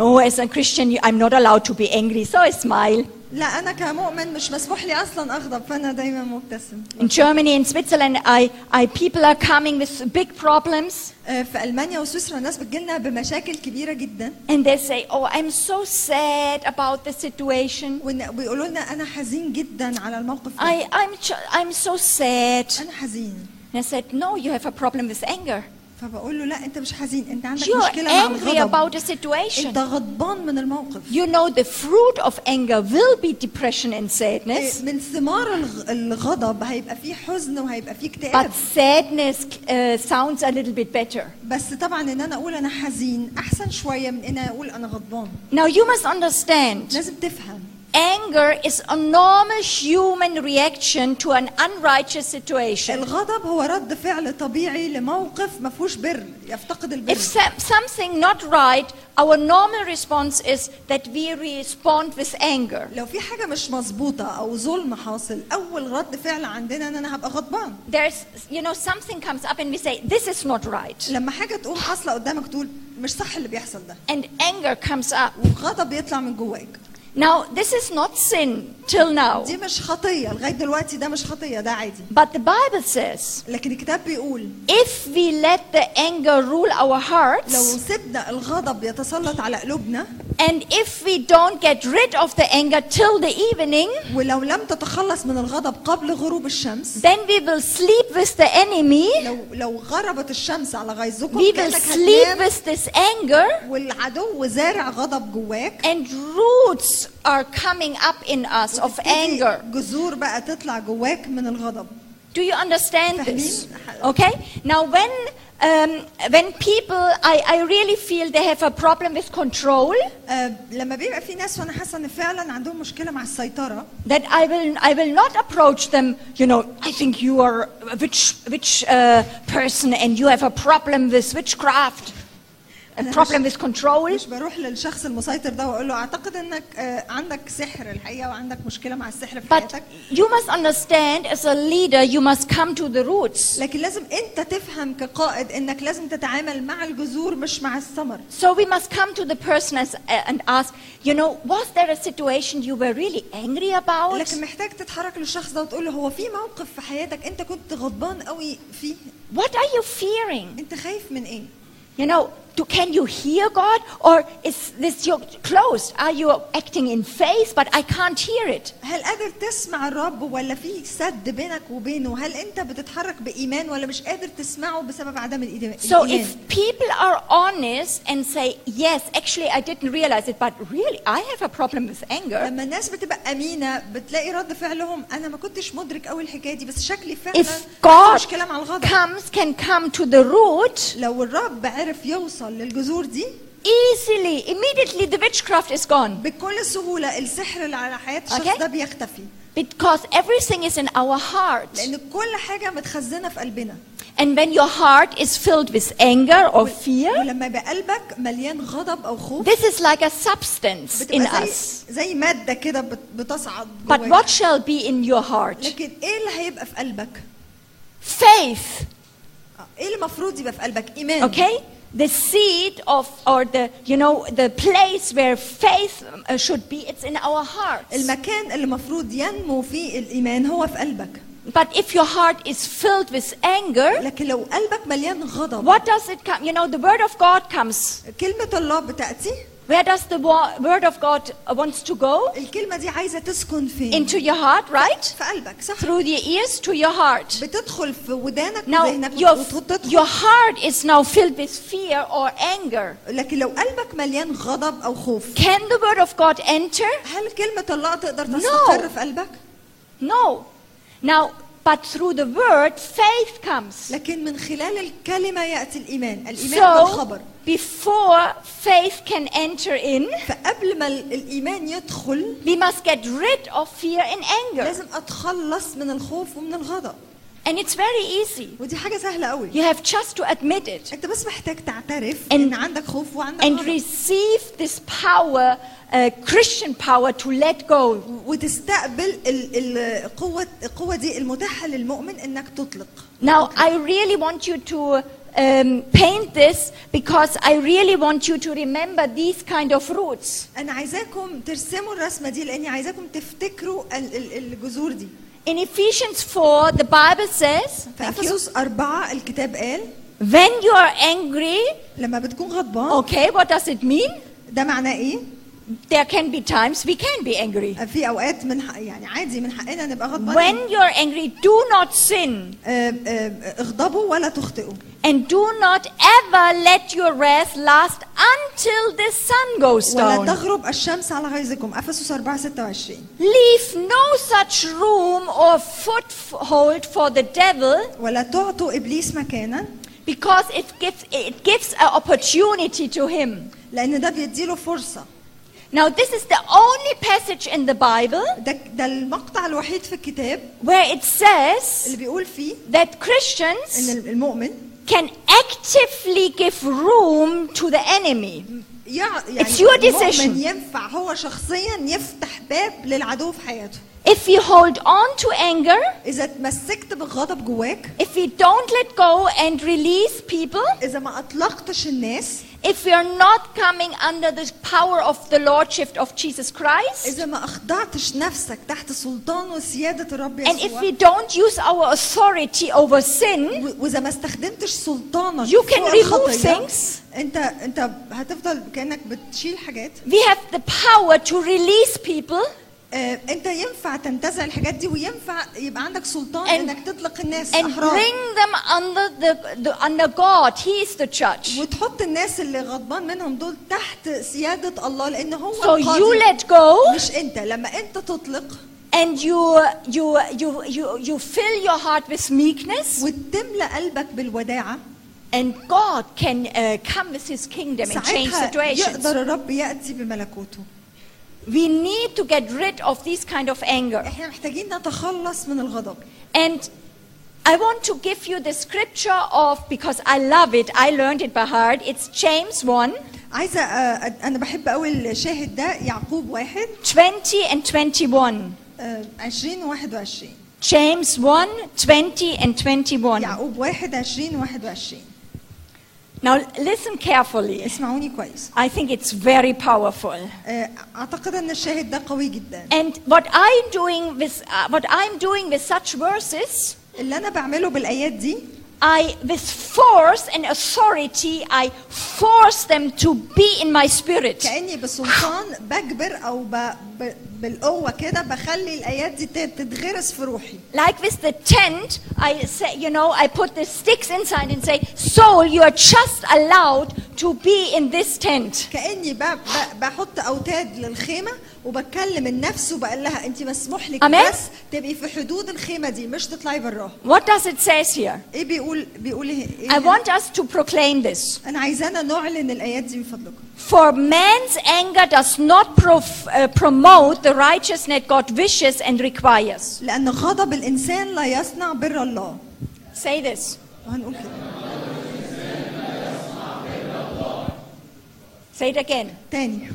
S1: No, as a Christian, you- I'm not allowed to be angry, so I smile.
S4: لا انا كمؤمن مش مسموح لي اصلا اغضب فانا دايما مبتسم
S1: In Germany and Switzerland, I, I, people are coming with big problems
S4: آه، في المانيا وسويسرا الناس بتجيلنا بمشاكل كبيره جدا
S1: and they say, Oh, I'm so sad about the situation.
S4: وإن- ويقولوا لنا انا حزين جدا على الموقف ده
S1: I, I'm, ju- I'm so sad.
S4: انا حزين
S1: And I said, No, you have a problem with anger.
S4: فبقول له لا انت مش حزين انت عندك
S1: You're
S4: مشكله مع
S1: angry about
S4: الغضب
S1: the
S4: انت
S1: situation.
S4: غضبان من الموقف
S1: You know, the fruit of anger will be depression and
S4: آه،
S1: sadness,
S4: من ثمار الغ- الغضب هيبقى فيه حزن وهيبقى فيه اكتئاب
S1: but sadness uh, sounds a little bit better.
S4: بس طبعا ان انا اقول انا حزين احسن شويه من ان انا اقول انا غضبان
S1: Now, you must understand.
S4: لازم تفهم
S1: Anger is a normal human reaction to an unrighteous situation.
S4: الغضب هو رد فعل طبيعي لموقف ما فيهوش بر يفتقد البر
S1: If so- something not right, our normal response is that we respond with anger.
S4: لو في حاجه مش مظبوطه او ظلم حاصل اول رد فعل عندنا ان انا هبقى غضبان
S1: There's, you know, something comes up and we say, this is not right.
S4: لما حاجه تقوم حاصله قدامك تقول مش صح اللي بيحصل ده
S1: And anger comes up.
S4: والغضب يطلع من جواك
S1: Now, this is not sin till now.
S4: دي مش خطيه لغايه دلوقتي ده مش خطيه ده عادي
S1: But the Bible says,
S4: لكن الكتاب بيقول
S1: if we let the anger rule our
S4: لو
S1: hearts,
S4: سيبنا الغضب يتسلط على قلوبنا
S1: and if we don't get rid of the anger till the evening,
S4: ولو لم تتخلص من الغضب قبل غروب الشمس
S1: Then we will sleep with the enemy.
S4: لو لو غربت الشمس على غيظكم
S1: We will
S4: كأنك
S1: sleep
S4: هتنام
S1: with this anger,
S4: والعدو زارع غضب جواك
S1: and roots are coming up in us of
S4: وتبتدي
S1: anger.
S4: جذور بقى تطلع جواك من الغضب
S1: Do you understand this?
S4: فاهمين؟
S1: Okay. Now, when um, when people, I, I really feel they have a problem with control.
S4: آه، لما بيبقى في ناس وانا حاسه ان فعلا عندهم مشكله مع السيطره
S1: That I will I will not approach them. You know, I think you are a witch witch uh, person, and you have a problem with witchcraft, a
S4: أنا مش-
S1: problem with control.
S4: مش بروح للشخص المسيطر ده واقول له اعتقد انك آه، عندك سحر الحقيقه وعندك مشكله مع السحر في
S1: But
S4: حياتك
S1: you must understand, as a leader, you must come to the roots.
S4: لكن لازم انت تفهم كقائد انك لازم تتعامل مع الجذور مش مع الثمر
S1: So we must come to the person as, eh, and ask, you know, was there a situation you were really angry about?
S4: لكن محتاج تتحرك للشخص ده وتقول له هو في موقف في حياتك انت كنت غضبان قوي فيه
S1: What are you fearing?
S4: انت خايف من ايه
S1: You know, do, can you hear God? Or is this your closed? Are you acting in faith, but I can't hear it?
S4: هل قادر تسمع الرب ولا في سد بينك وبينه هل انت بتتحرك بايمان ولا مش قادر تسمعه بسبب عدم الإيد-
S1: So
S4: الايمان
S1: if people are honest and say, yes, actually, I didn't realize it, but really, I have a problem with anger.
S4: لما الناس بتبقى امينه بتلاقي رد فعلهم انا ما كنتش مدرك قوي الحكايه دي بس شكلي فعلا
S1: If
S4: عندي
S1: God
S4: مشكله مع الغضب
S1: comes, can come to the root,
S4: لو الرب عرف يوصل للجذور دي
S1: easily, immediately the witchcraft is gone.
S4: بكل سهوله السحر اللي على حياه الشخص
S1: Okay.
S4: ده بيختفي
S1: Because everything is in our heart.
S4: لان كل حاجه متخزنه في قلبنا
S1: And when your heart is filled with anger or fear,
S4: ولما يبقى قلبك مليان غضب او خوف
S1: this is like a substance in
S4: بتبقى زي,
S1: us.
S4: زي ماده كده بت- بتصعد
S1: But
S4: جواك.
S1: what shall be in your heart?
S4: لكن ايه اللي هيبقى في قلبك؟
S1: Faith,
S4: آه، ايه اللي المفروض يبقى في قلبك؟ ايمان
S1: okay? The seed of, or the, you know, the place where faith uh, should be, it's in our hearts.
S4: المكان اللي المفروض ينمو فيه الايمان هو في قلبك
S1: But if your heart is filled with anger,
S4: لكن لو قلبك مليان غضب
S1: what does it come? You know, the word of God comes.
S4: كلمه الله بتاتي
S1: Where does the wo- word of God uh, wants to go?
S4: الكلمه دي عايزه تسكن فين؟
S1: Into your heart, right?
S4: في قلبك صح؟
S1: Through the ears to your heart.
S4: بتدخل في ودانك
S1: Now,
S4: وذهنك
S1: your,
S4: وتدخل
S1: your heart is now filled with fear or anger.
S4: لكن لو قلبك مليان غضب او خوف
S1: Can the word of God enter?
S4: هل كلمة الله تقدر تستقر في قلبك؟
S1: No. Now, but through the word, faith comes.
S4: لكن من خلال الكلمة يأتي الإيمان، الإيمان هو
S1: So,
S4: الخبر،
S1: before faith can enter in,
S4: فقبل ما ال- الإيمان يدخل
S1: we must get rid of fear and anger.
S4: لازم أتخلص من الخوف ومن الغضب،
S1: And it's very easy.
S4: ودي حاجة سهلة قوي.
S1: You have just to admit it
S4: أنت بس محتاج تعترف
S1: And-
S4: إن عندك خوف وعندك
S1: and
S4: غضب
S1: receive this power, uh, Christian power, to let go.
S4: وتستقبل ال- ال- القوة القوة دي المتاحة للمؤمن إنك تطلق.
S1: Now, I really want you to um, paint this because I really want you to remember these kind of roots.
S4: أنا عايزاكم ترسموا الرسمة دي لأني عايزاكم تفتكروا ال- ال- الجذور دي.
S1: In Ephesians 4, the Bible says,
S4: في أفسس أربعة الكتاب قال
S1: When you are angry,
S4: لما بتكون غضبان
S1: okay, what does it mean?
S4: ده معناه ايه؟
S1: There can be times we can be angry.
S4: في اوقات من حق يعني عادي من حقنا نبقى غضبان
S1: When you're angry, do not sin
S4: آه، آه، اغضبوا ولا تخطئوا
S1: and do not ever let your wrath last until the sun goes
S4: ولا
S1: down.
S4: تغرب الشمس على غيظكم افسس 4 26
S1: Leave no such room or foothold for the devil
S4: ولا تعطوا ابليس مكانا
S1: because it gives, it gives an opportunity to him.
S4: لان ده بيديله فرصه
S1: Now, this is the only passage in the Bible
S4: ده ده المقطع الوحيد في الكتاب
S1: where it says
S4: اللي بيقول فيه
S1: that Christians
S4: ان المؤمن
S1: can actively give room to the enemy.
S4: يع-
S1: It's your
S4: يعني
S1: decision.
S4: المؤمن ينفع هو شخصيا يفتح باب للعدو في حياته
S1: If we hold on to anger,
S4: اذا اتمسكت بالغضب جواك
S1: if we don't let go and release people,
S4: اذا ما اطلقتش الناس
S1: if we are not coming under the power of the Lordship of Jesus Christ,
S4: إذا ما أخضعتش نفسك تحت سلطان وسيادة الرب
S1: and if we
S4: يسوع
S1: don't use our authority over sin,
S4: و- وإذا ما استخدمتش سلطانك
S1: You can
S4: فوق
S1: remove
S4: الخطية،
S1: things.
S4: أنت أنت هتفضل كأنك بتشيل حاجات
S1: we have the power to release people
S4: آه، أنت ينفع تنتزع الحاجات دي وينفع يبقى عندك سلطان
S1: And-
S4: إنك تطلق الناس
S1: and
S4: أحرار
S1: bring them under the, the under God. He is the judge.
S4: وتحط الناس اللي غضبان منهم دول تحت سيادة الله لأن هو
S1: So you
S4: القاضي
S1: let go.
S4: مش أنت لما أنت تطلق
S1: and you you you you you fill your heart with meekness
S4: وتملى قلبك بالوداعة
S1: and god can uh, come with his kingdom and change
S4: ساعتها
S1: situations
S4: يقدر الرب يأتي بملكوته
S1: we need to get rid of these kind of anger
S4: احنا محتاجين نتخلص من الغضب
S1: and i want to give you the scripture of because i love it i learned it by heart it's james 1
S4: عايزه آه، انا بحب قوي الشاهد ده يعقوب واحد
S1: 20 and 21
S4: آه، 20 21
S1: james 1 20 and 21
S4: يعقوب واحد 20 21
S1: now listen carefully
S4: اسمعوني كويس
S1: i think it's very powerful
S4: آه، اعتقد ان الشاهد ده قوي جدا
S1: And what I'm doing with uh, what I'm doing with such verses,
S4: اللي انا بعمله بالايات دي
S1: I with force and authority, I force them to be in my spirit.
S4: كاني بسلطان بجبر او ب... ب... بالقوه كده بخلي الايات دي ت- تتغرس في روحي
S1: Like with the tent, I say, you know, I put the sticks inside and say, "Soul, you are just allowed to be in this tent."
S4: كاني ب... ب... بحط اوتاد للخيمه وبتكلم النفس وبقول لها انت مسموح لك
S1: أمان؟
S4: بس تبقي في حدود الخيمه دي مش تطلعي براها
S1: What does it says here?
S4: ايه بيقول بيقول ايه إيه
S1: I
S4: هنا؟
S1: want us to proclaim this.
S4: انا عايزانا نعلن الايات دي من فضلكم
S1: For man's anger does not prof- uh, promote the righteousness God wishes and requires.
S4: لان غضب الانسان لا يصنع بر الله
S1: Say this.
S4: هنقول كده
S1: Say it again.
S4: تاني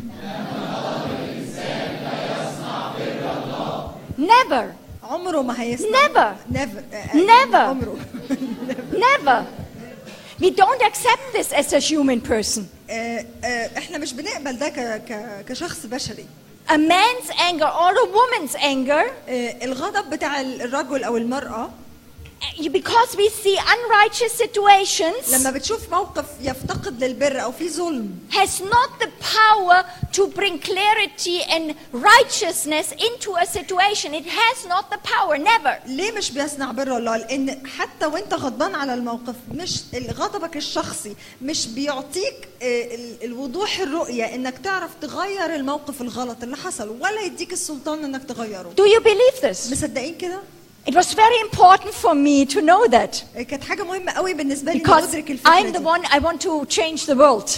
S1: Never.
S4: عمره ما هيسمع
S1: Never.
S4: نيفر
S1: Never.
S4: آه، عمره
S1: Never. We don't accept this as a human person.
S4: آه، آه، احنا مش بنقبل ده ك- ك- كشخص بشري
S1: A man's anger or a woman's anger,
S4: آه، الغضب بتاع الرجل او المراه
S1: eh, because we see unrighteous situations,
S4: لما بتشوف موقف يفتقد للبر او فيه ظلم
S1: has not the power to bring clarity and righteousness into a situation. It has not the power, never.
S4: ليه مش بيصنع بر الله لان حتى وانت غضبان على الموقف مش غضبك الشخصي مش بيعطيك آه، ال- الوضوح الرؤيه انك تعرف تغير الموقف الغلط اللي حصل ولا يديك السلطان انك تغيره
S1: Do you believe this?
S4: مصدقين كده
S1: It was very important for me to know that
S4: آه، كانت حاجه مهمه قوي بالنسبه لي اني
S1: because
S4: ادرك الفكره
S1: I'm the
S4: دي.
S1: one I want to change the world.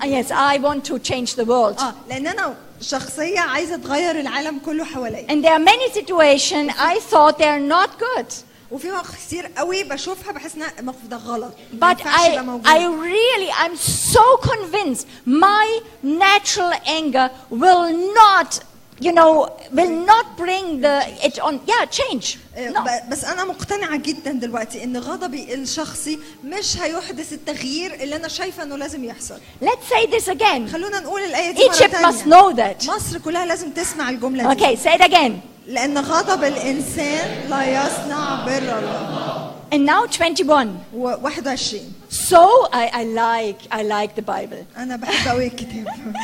S1: Ah, Yes, I want to change the world.
S4: اه لان انا شخصيه عايزه تغير العالم كله حواليا
S1: And there are many situations I thought they're not good.
S4: وفي مواقف كتير قوي بشوفها بحس ان الموقف ده غلط ما
S1: But
S4: ينفعش
S1: I,
S4: يبقى موجود.
S1: I really, I'm so convinced my natural anger will not, you know, will not bring the, it on, yeah, change.
S4: آه،
S1: No.
S4: ب- بس انا مقتنعه جدا دلوقتي ان غضبي الشخصي مش هيحدث التغيير اللي انا شايفه انه لازم يحصل
S1: Let's say this again.
S4: خلونا نقول الايه دي
S1: Egypt
S4: مره
S1: must
S4: تانية.
S1: know that.
S4: مصر كلها لازم تسمع الجمله دي
S1: Okay, say it again.
S4: لان غضب الانسان لا يصنع بر الله
S1: And now 21.
S4: و- 21
S1: So I, I like, I like the Bible.
S4: انا بحب قوي الكتاب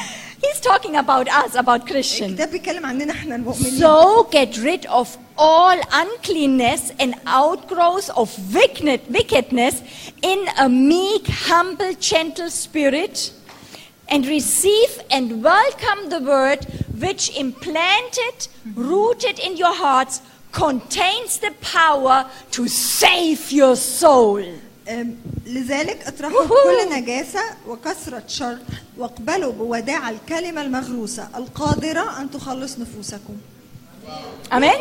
S1: He's talking about us, about Christians.
S4: الكتاب بيتكلم عننا احنا المؤمنين
S1: So get rid of all uncleanness and outgrowth of wicked- wickedness in a meek, humble, gentle spirit, and receive and welcome the word which implanted, rooted in your hearts, contains the power to save your soul.
S4: أم، لذلك اطرحوا
S1: وهو.
S4: كل نجاسة وكثرة شر واقبلوا بوداع الكلمة المغروسة القادرة أن تخلص نفوسكم
S1: Amen?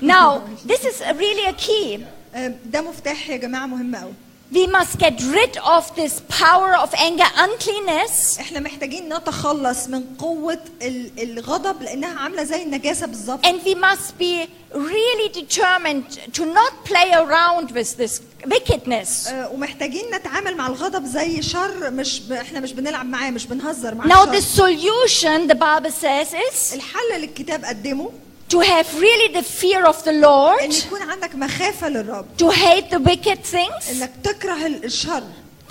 S1: Now, this is really a key.
S4: أم، آه، ده مفتاح يا جماعة مهم قوي
S1: We must get rid of this power of anger, uncleanness.
S4: احنا محتاجين نتخلص من قوة ال- الغضب لأنها عاملة زي النجاسة بالظبط
S1: And we must be really determined to not play around with this wickedness.
S4: أه، ومحتاجين نتعامل مع الغضب زي شر مش ب... احنا مش بنلعب معاه مش بنهزر معاه
S1: Now,
S4: شر.
S1: the solution, the Bible says, is
S4: الحل اللي الكتاب قدمه
S1: to have really the fear of the Lord,
S4: ان يكون عندك مخافة للرب
S1: to hate the wicked things,
S4: انك تكره ال- الشر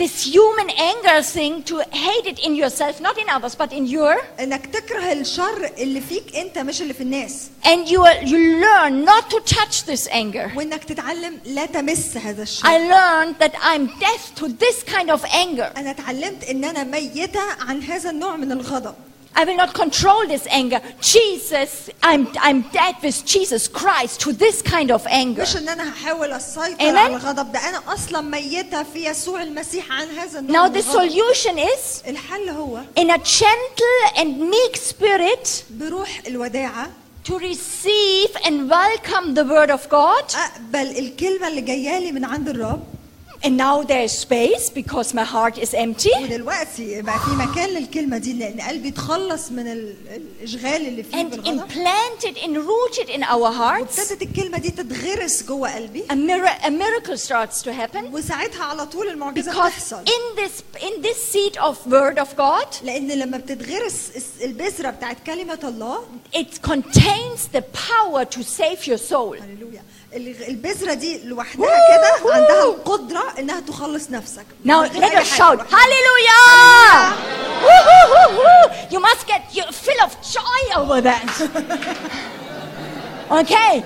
S1: this human anger thing, to hate it in yourself, not in others, but in your.
S4: انك تكره الشر اللي فيك انت مش اللي في الناس
S1: And you, you learn not to touch this anger.
S4: وانك تتعلم لا تمس هذا
S1: I
S4: الشر
S1: learned that I'm deaf to this kind of anger.
S4: انا اتعلمت ان انا ميته عن هذا النوع من الغضب
S1: I will not control this anger. Jesus, I'm, I'm dead with Jesus Christ to this kind of anger.
S4: مش ان انا هحاول اسيطر
S1: Amen.
S4: على الغضب ده انا اصلا ميته في يسوع المسيح عن هذا النوع
S1: Now,
S4: من
S1: the
S4: الغضب
S1: solution is
S4: الحل هو
S1: in a gentle and meek spirit
S4: بروح الوداعه
S1: to receive and welcome the Word of God.
S4: اقبل الكلمه اللي جايه لي من عند الرب
S1: And now there is space because my heart is empty.
S4: ودلوقتي بقى في مكان للكلمه دي لان قلبي اتخلص من ال- الاشغال اللي فيه
S1: And
S4: بالغضب
S1: implanted and rooted in our hearts,
S4: ابتدت الكلمه دي تتغرس جوه قلبي
S1: a, mir- a miracle starts to happen.
S4: وساعتها على طول المعجزه
S1: Because
S4: بتحصل
S1: in this, in this seed of Word of God,
S4: لان لما بتتغرس الس- البذره بتاعت كلمه الله
S1: it contains the power to save your soul.
S4: هللويا ال- البذره دي لوحدها
S1: Woo!
S4: كده
S1: Woo!
S4: عندها القدره انها تخلص نفسك
S1: Now
S4: من غير
S1: let
S4: أي
S1: us
S4: حاجة
S1: shout
S4: لوحدها.
S1: Hallelujah! Woo, woo, woo, woo. You must get you full of joy over that. okay.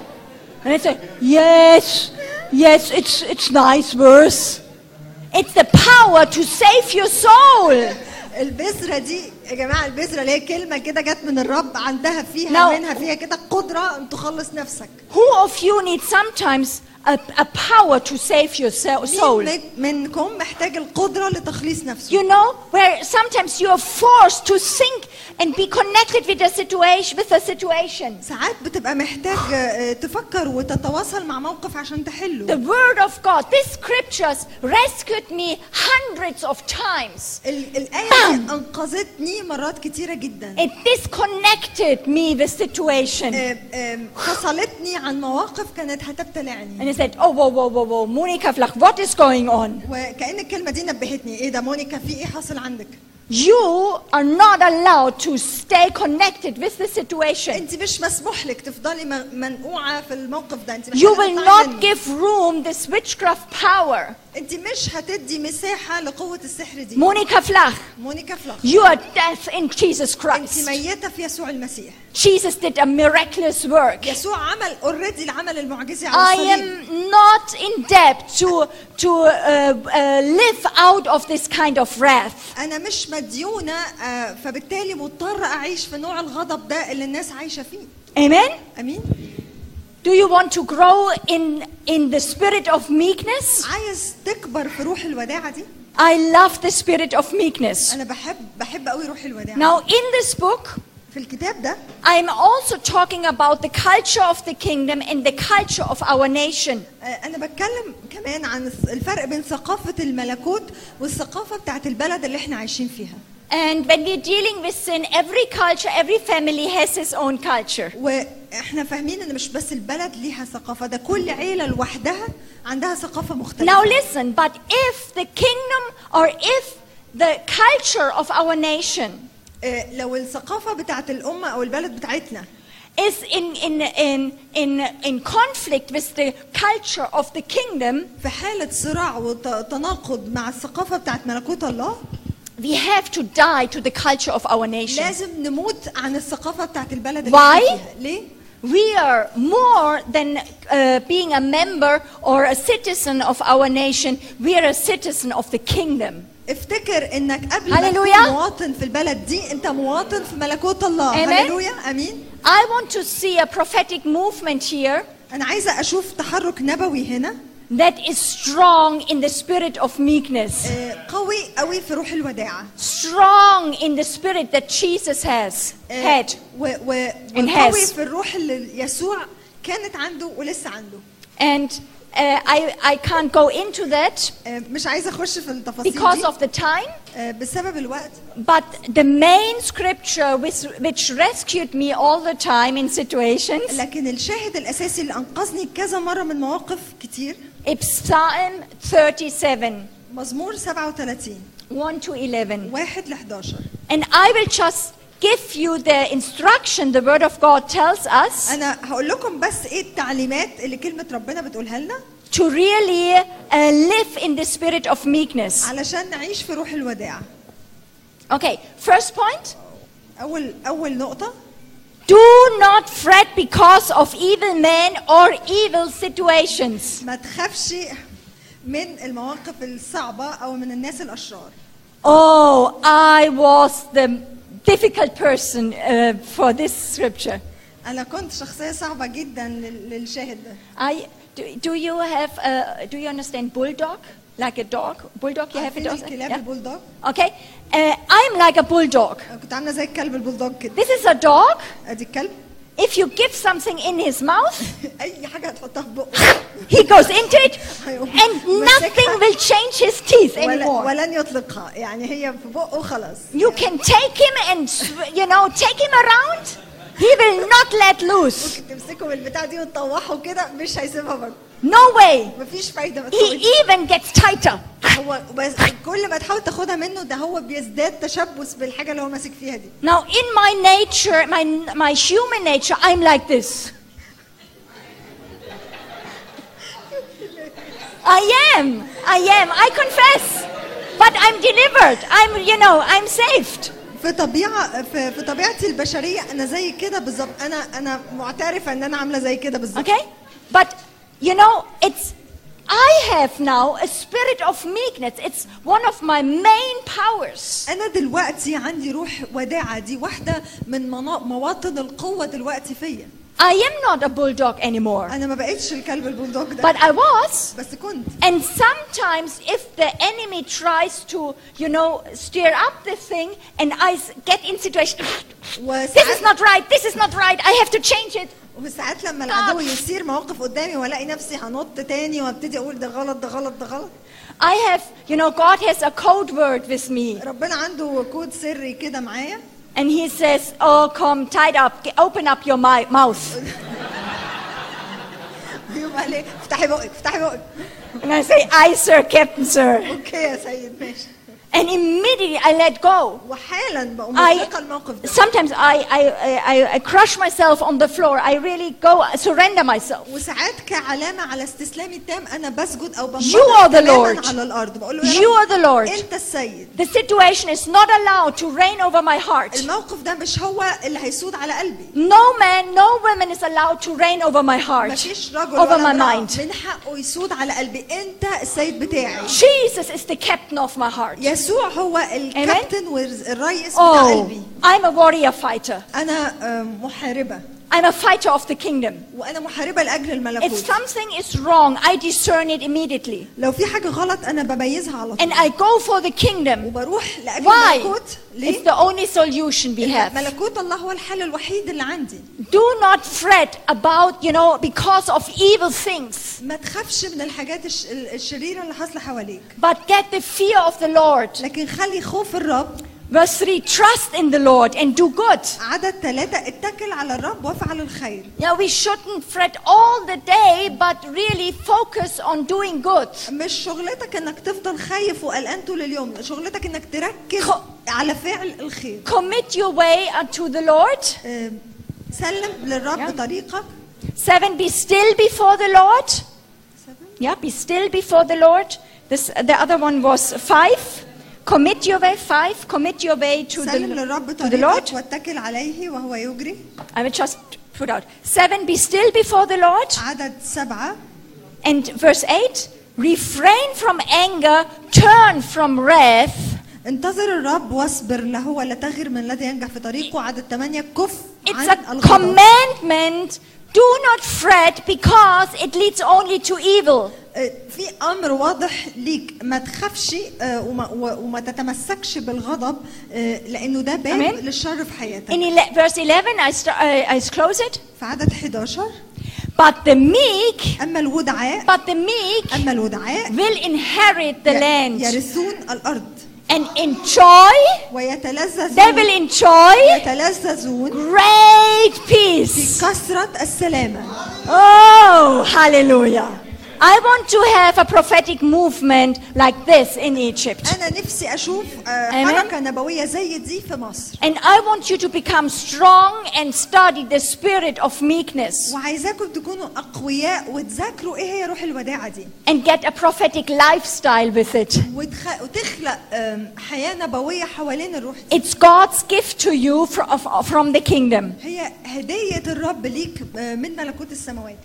S1: And it's a yes, yes, it's it's nice verse. It's the power to save your soul.
S4: البذره دي يا جماعه البذره اللي هي كلمه كده جت من الرب عندها فيها
S1: Now-
S4: منها فيها كده القدره ان تخلص نفسك
S1: Who of you needs sometimes a, a power to save your se- soul.
S4: مين منكم محتاج القدرة لتخليص نفسه
S1: You know, where sometimes you are forced to think and be connected with the situation, with the situation.
S4: ساعات بتبقى محتاج آه، تفكر وتتواصل مع موقف عشان
S1: The
S4: تحله
S1: word of God, these scriptures rescued me hundreds of times.
S4: ال- الآية دي أنقذتني مرات كتيرة جدا
S1: It disconnected me the situation.
S4: آه، آه، فصلتني عن مواقف كانت هتبتلعني
S1: And I said, oh, whoa, whoa, whoa, whoa, Monica Flach, what is going on?
S4: وكأن الكلمة دي نبهتني ايه ده مونيكا في ايه حاصل عندك
S1: You are not allowed to stay connected with the situation.
S4: انت مش مسموح لك تفضلي م- منقوعة في الموقف ده انت محتاجة
S1: You will
S4: تطلعي
S1: not
S4: منه.
S1: give room this witchcraft power.
S4: انت مش هتدي مساحة لقوة السحر دي
S1: Monica Flach,
S4: مونيكا فلاخ
S1: you are death in Jesus
S4: انت
S1: Christ.
S4: ميتة في يسوع المسيح
S1: Jesus did a miraculous work.
S4: يسوع عمل اوريدي العمل المعجزي
S1: I
S4: على الصليب
S1: am not in debt to, to uh, uh, live out of this kind of wrath.
S4: انا مش مديونة آه، فبالتالي مضطرة اعيش في نوع الغضب ده اللي الناس عايشة فيه
S1: Amen?
S4: امين
S1: Do you want to grow in, in the spirit of meekness?
S4: عايز تكبر في روح الوداعة دي
S1: I love the spirit of meekness.
S4: انا بحب بحب قوي روح الوداعة
S1: Now, in this book,
S4: في الكتاب ده
S1: I'm also talking about the culture of the kingdom and the culture of our nation.
S4: آه، انا بتكلم كمان عن الس- الفرق بين ثقافة الملكوت والثقافة بتاعت البلد اللي احنا عايشين فيها
S1: And when we're dealing with sin, every culture, every family has its own culture.
S4: واحنا فاهمين ان مش بس البلد ليها ثقافه ده كل عيله لوحدها عندها ثقافه مختلفه
S1: Now listen, but if the kingdom or if the culture of our nation
S4: آه، لو الثقافه بتاعت الامه او البلد بتاعتنا
S1: is in, in, in, in, in conflict with the culture of the kingdom,
S4: في حاله صراع وتناقض مع الثقافه بتاعت ملكوت الله
S1: we have to die to the culture of our nation.
S4: لازم نموت عن الثقافه بتاعت البلد
S1: Why?
S4: إحنا فيها. ليه
S1: We are more than uh, being a member or a citizen of our nation, we are a citizen of the kingdom.
S4: افتكر انك قبل ما
S1: هللويا.
S4: تكون مواطن في البلد دي انت مواطن في ملكوت الله
S1: آمين.
S4: هللويا امين
S1: I want to see a prophetic movement here
S4: انا عايزه اشوف تحرك نبوي هنا
S1: that is strong in the spirit of meekness.
S4: آه، قوي قوي في روح الوداعه
S1: strong in the spirit that Jesus has
S4: Eh.
S1: had.
S4: آه، و و
S1: And
S4: وقوي
S1: has.
S4: في الروح اللي يسوع كانت عنده ولسه عنده
S1: And uh, I, I can't go into that
S4: آه، مش عايزه اخش في التفاصيل
S1: because
S4: دي
S1: of the time,
S4: آه، بسبب الوقت
S1: but the main scripture which, which rescued me all the time in situations
S4: لكن الشاهد الاساسي اللي انقذني كذا مره من مواقف كتير
S1: is Psalm 37,
S4: مزمور 37
S1: 1 to 11.
S4: 1 ل 11
S1: And I will just give you the instruction the word of God tells us
S4: انا هقول لكم بس ايه التعليمات اللي كلمه ربنا بتقولها لنا
S1: to really uh, live in the spirit of meekness.
S4: علشان نعيش في روح الوداع
S1: Okay, first point.
S4: اول اول نقطه
S1: Do not fret because of evil men or evil situations.
S4: ما تخافش من المواقف الصعبه او من الناس الاشرار
S1: Oh, I was the difficult person uh, for this scripture.
S4: انا كنت شخصيه صعبه جدا لل- للشاهد ده
S1: I, do, do you have, uh, do you understand bulldog? Like a dog? Bulldog, you have a
S4: عارفين
S1: dog?
S4: الكلاب
S1: Yeah?
S4: البولدوج
S1: Okay. Uh, I'm like a bulldog.
S4: أنا كنت عامله زي الكلب البولدوج كده
S1: This is a dog.
S4: ادي الكلب
S1: If you give something in his mouth,
S4: اي حاجه هتحطها في بقه
S1: he goes into it and
S4: مسكها.
S1: nothing will change his teeth
S4: ولا-
S1: anymore.
S4: ولن يطلقها يعني هي في بقه خلاص
S1: You can take him and sw- you know take him around. He will not let loose.
S4: ممكن تمسكوا بالبتاع دي وتطوحوا كده مش هيسيبها برضه
S1: No way.
S4: مفيش فايده بتقول
S1: He even gets tighter.
S4: هو بس كل ما تحاول تاخدها منه ده هو بيزداد تشبث بالحاجه اللي هو ماسك فيها دي
S1: Now, in my nature, my my human nature, I'm like this. I am. I am. I confess. But I'm delivered. I'm you know I'm saved.
S4: في طبيعه في, في طبيعتي البشريه انا زي كده بالظبط انا انا معترفه ان انا عامله زي كده بالظبط
S1: Okay. But you know it's. I have now a spirit of meekness. It's one of my main powers.
S4: أنا دلوقتي عندي روح وداعة دي واحدة من منا- مواطن القوة دلوقتي فيا
S1: I am not a bulldog anymore,
S4: انا ما بقتش الكلب البولدوج ده
S1: but I was.
S4: بس كنت
S1: And sometimes, if the enemy tries to, you know, stir up the thing, and I s- get in situation, this is
S4: وساعات
S1: not right, this is not right, I have to change it.
S4: وساعات لما العدو يصير مواقف قدامي والاقي نفسي هنط تاني وابتدي اقول ده غلط ده غلط ده غلط
S1: I have, you know, God has a code word with me,
S4: ربنا عنده كود سري كده معايا
S1: and He says, "Oh, come, tied up, G- open up your mi- mouth."
S4: بيبقى ليه افتحي بقك افتحي بقك
S1: And I say, "Aye, sir, Captain, sir."
S4: اوكي يا سيد ماشي
S1: And immediately I let go.
S4: وحالا بقوم
S1: I
S4: مطلقه الموقف ده
S1: sometimes I I, I- I I crush myself on the floor. I really go surrender myself.
S4: وساعات كعلامه على استسلامي التام انا بسجد او
S1: You are
S4: بنقض
S1: the
S4: تماما
S1: Lord.
S4: على الارض بقول له
S1: You
S4: يا
S1: are the Lord.
S4: رب انت السيد
S1: The situation is not allowed to reign over my heart.
S4: الموقف ده مش هو اللي هيسود على قلبي
S1: No man, no woman is allowed to reign over my heart,
S4: مفيش رجل
S1: over
S4: ولا
S1: my
S4: امرأة
S1: mind.
S4: من حقه يسود على قلبي انت السيد بتاعي
S1: Jesus is the captain of my heart.
S4: يسوع هو الكابتن والرئيس بتاع قلبي
S1: Oh, I'm a warrior fighter.
S4: انا آه، محاربه
S1: I'm a fighter of the kingdom.
S4: وانا محاربه لاجل
S1: If
S4: الملكوت
S1: something is wrong, I discern it immediately.
S4: لو في حاجه غلط انا بميزها على طول
S1: And I go for the kingdom.
S4: وبروح لاجل
S1: Why?
S4: الملكوت
S1: It's
S4: ليه
S1: the only solution we have.
S4: ملكوت الله هو الحل الوحيد اللي عندي
S1: Do not fret about, you know, because of evil things,
S4: ما تخافش من الحاجات الش- ال- الشريره اللي حاصله حواليك
S1: but get the fear of the Lord.
S4: لكن خلي خوف الرب
S1: Verse 3 Trust in the Lord and do good.
S4: عدد ثلاثة اتكل على الرب وافعل الخير
S1: Now, we shouldn't fret all the day, but really focus on doing good.
S4: مش شغلتك انك تفضل خايف وقلقان طول اليوم شغلتك انك تركز
S1: خ-
S4: على فعل الخير
S1: Commit your way unto the Lord.
S4: آم، سلم
S1: Yeah.
S4: للرب طريقك
S1: 7 Be still before the Lord. Yeah, be still before the Lord. This, the other one was 5. Commit your way. 5. Commit your way to the,
S4: سلم للرب
S1: to the Lord.
S4: طريقك واتكل عليه وهو يجري
S1: I will just put out. 7. Be still before the Lord.
S4: عدد سبعة
S1: And verse 8. Refrain from anger. Turn from wrath.
S4: انتظر الرب واصبر له ولا تغر من الذي ينجح في طريقه عدد ثمانية كف
S1: It's
S4: عن
S1: a
S4: الغضب
S1: commandment. Do not fret because it leads only to evil.
S4: آه، في امر واضح ليك ما تخافش آه، وما, و- وما تتمسكش بالغضب آه، لانه ده باب
S1: أمين.
S4: للشر في حياتك
S1: In ele- verse 11, I, st- I, I close it.
S4: في عدد 11
S1: But the meek,
S4: اما الودعاء
S1: but the meek
S4: اما الودعاء
S1: will inherit the
S4: ي-
S1: land
S4: يرثون الارض
S1: and enjoy, they
S4: ويتلذذون
S1: will enjoy
S4: يتلذذون
S1: great peace.
S4: بكثرة السلامة
S1: Oh, hallelujah. I want to have a prophetic movement like this in Egypt.
S4: أنا نفسي أشوف آه،
S1: أمين.
S4: حركة نبوية زي دي في مصر
S1: And I want you to become strong and study the spirit of meekness
S4: وعايزاكم تكونوا أقوياء وتذاكروا إيه هي روح الوداعة دي
S1: and get a prophetic lifestyle with it.
S4: وتخ... وتخلق آم، حياة نبوية حوالين الروح دي
S1: It's God's gift to you fr- of- from the kingdom.
S4: هي هدية الرب ليك آه، من ملكوت السماوات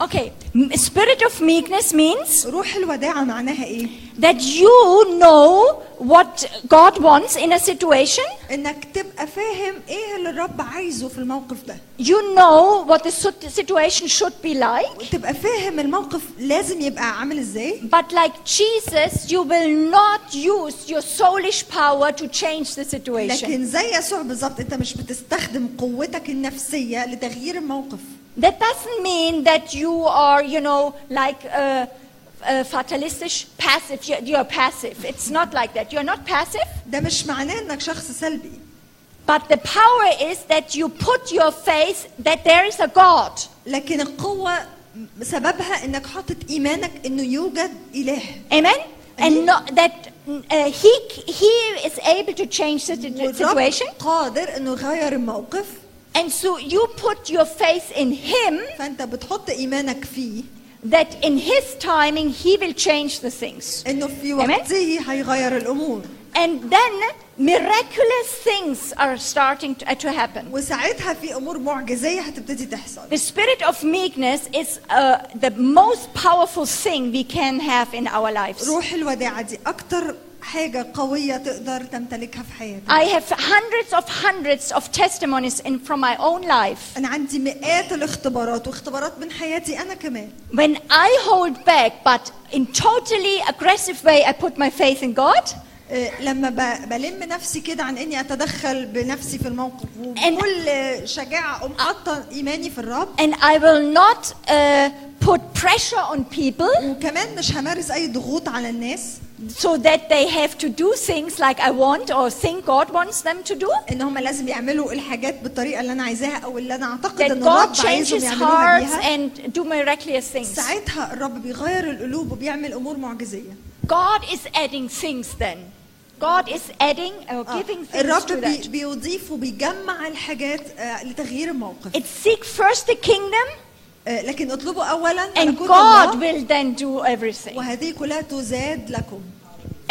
S1: Okay, m- spirit of meekness means
S4: روح الوداعة معناها إيه؟
S1: that you know what God wants in a situation,
S4: إنك تبقى فاهم إيه اللي الرب عايزه في الموقف ده
S1: you know what the sit- situation should be like,
S4: وتبقى فاهم الموقف لازم يبقى عامل إزاي
S1: but like Jesus, you will not use your soulish power to change the situation.
S4: لكن زي يسوع بالظبط انت مش بتستخدم قوتك النفسيه لتغيير الموقف
S1: That doesn't mean that you are, you know, like uh, uh, fatalistic, passive. You're, you're passive. It's not like that. You're not passive.
S4: ده مش معناه انك شخص سلبي
S1: But the power is that you put your faith that there is a God.
S4: لكن القوه سببها انك حاطط ايمانك انه يوجد اله
S1: Amen? And not that uh, he, he is able to change the situ-
S4: والرب
S1: situation.
S4: قادر انه يغير الموقف
S1: And so you put your faith in him
S4: فانت بتحط ايمانك فيه
S1: that in his timing he will change the things.
S4: انه في
S1: Amen.
S4: وقته هيغير الامور
S1: And then miraculous things are starting to, uh, to happen.
S4: وساعتها في امور معجزيه هتبتدي تحصل
S1: The spirit of meekness is uh, the most powerful thing we can have in our lives.
S4: روح الوداعه دي اكتر حاجة قوية تقدر تمتلكها في حياتك
S1: I have hundreds of hundreds of testimonies in, from my own life.
S4: أنا عندي مئات الاختبارات واختبارات من حياتي أنا كمان
S1: When I hold back, but in totally aggressive way, I put my faith in God.
S4: آه، لما ب- بلم نفسي كده عن اني اتدخل بنفسي في الموقف وبكل آه، شجاعه اقوم حاطه ايماني في الرب
S1: And I will not uh, put pressure on people
S4: وكمان مش همارس اي ضغوط على الناس
S1: so that they have to do things like I want or think God wants them to do.
S4: ان هم لازم يعملوا الحاجات بالطريقه اللي انا عايزاها او اللي انا اعتقد
S1: That
S4: ان
S1: God
S4: الرب عايزهم
S1: changes
S4: يعملوها
S1: hearts
S4: بيها
S1: and do miraculous things.
S4: ساعتها الرب بيغير القلوب وبيعمل امور معجزيه
S1: God is adding things then. God is adding or
S4: آه،
S1: giving things
S4: الرب
S1: Ah, to
S4: بي
S1: that.
S4: بيضيف وبيجمع الحاجات آه، لتغيير الموقف
S1: It's seek first the kingdom
S4: آه، لكن اطلبوا اولا
S1: and
S4: ملكوت الله
S1: God will then do everything.
S4: وهذه كلها تزاد لكم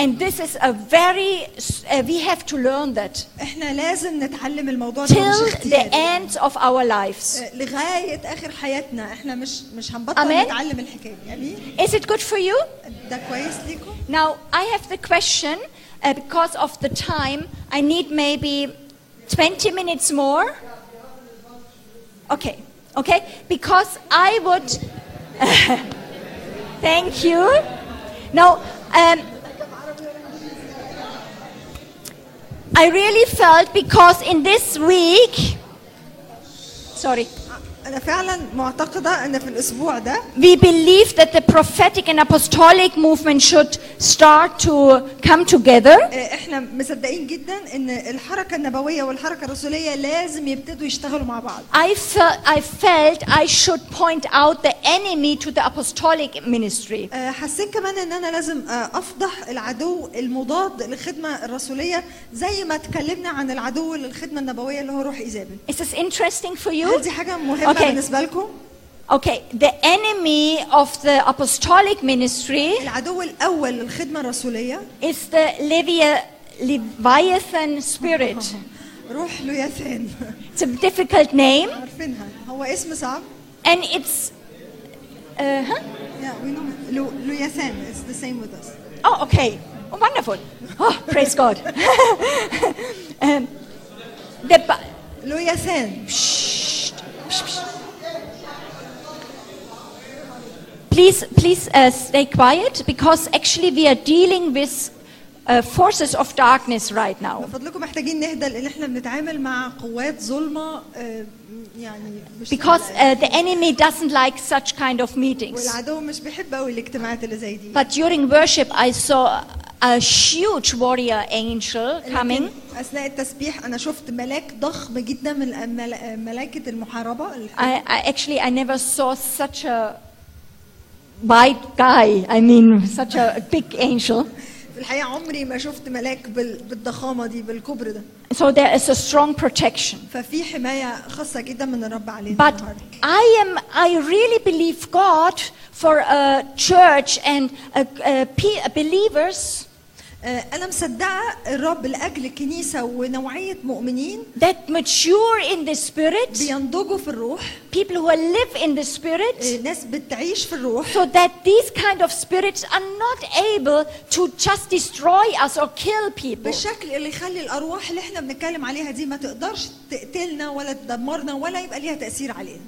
S1: And this is a very, uh, we have to learn that
S4: احنا لازم نتعلم الموضوع ده
S1: till
S4: مش
S1: the
S4: اختياري
S1: end of our lives.
S4: آه، لغايه اخر حياتنا احنا مش مش هنبطل
S1: أمان؟
S4: نتعلم الحكايه دي امين
S1: Is it good for you?
S4: ده كويس ليكم
S1: Now, I have the question uh, because of the time, I need maybe 20 minutes more. Okay, okay, because I would. Thank you. Now, um, I really felt because in this week, sorry,
S4: انا فعلا معتقده ان في الاسبوع ده
S1: we believe that the prophetic and apostolic movement should start to come together.
S4: آه، احنا مصدقين جدا ان الحركه النبويه والحركه الرسوليه لازم يبتدوا يشتغلوا مع بعض
S1: I felt, I felt I should point out the enemy to the apostolic ministry.
S4: آه، حسيت كمان ان انا لازم آه، افضح العدو المضاد للخدمه الرسوليه زي ما اتكلمنا عن العدو للخدمه النبويه اللي هو روح ايزابل
S1: Is this interesting for
S4: هل
S1: you?
S4: دي حاجه مهمه
S1: Okay.
S4: بالنسبه لكم
S1: Okay, the enemy of the apostolic ministry
S4: العدو الاول للخدمه الرسوليه
S1: is the Levia, Leviathan spirit.
S4: روح لياثان
S1: It's a difficult name,
S4: عارفينها هو اسم صعب
S1: and it's. Uh, huh?
S4: Yeah, we know. لو- لوياثان it's the same with us
S1: Oh, okay. Oh, wonderful. Oh, praise God. um, the. Bi-
S4: لوياثان
S1: Psst, psst, psst. Please, please uh, stay quiet because actually we are dealing with uh, forces of darkness right now.
S4: من فضلكم محتاجين نهدى لان احنا بنتعامل مع قوات ظلمه آه، يعني مش
S1: Because uh, the enemy doesn't like such kind of meetings.
S4: والعدو مش بيحب قوي الاجتماعات اللي زي دي
S1: But during worship, I saw a huge warrior angel
S4: لكن
S1: coming,
S4: اثناء التسبيح انا شفت ملاك ضخم جدا من المل- ملائكه المحاربه الح-
S1: I, I actually I never saw such a white guy. I mean, such a big angel.
S4: في الحقيقه عمري ما شفت ملاك بال- بالضخامه دي بالكبر ده
S1: So there is a strong protection.
S4: ففي حمايه خاصه جدا من الرب علينا
S1: But
S4: النهارده.
S1: I am, I really believe God for a church and a, a pe- believers
S4: آه، أنا مصدقة الرب لأجل كنيسة ونوعية مؤمنين
S1: that mature in the spirit,
S4: بينضجوا في الروح
S1: people who live in the
S4: آه،
S1: spirit,
S4: ناس بتعيش في الروح
S1: so that these kind of spirits are not able to just destroy us or kill people.
S4: بالشكل اللي يخلي الأرواح اللي احنا بنتكلم عليها دي ما تقدرش تقتلنا ولا تدمرنا ولا يبقى ليها تأثير علينا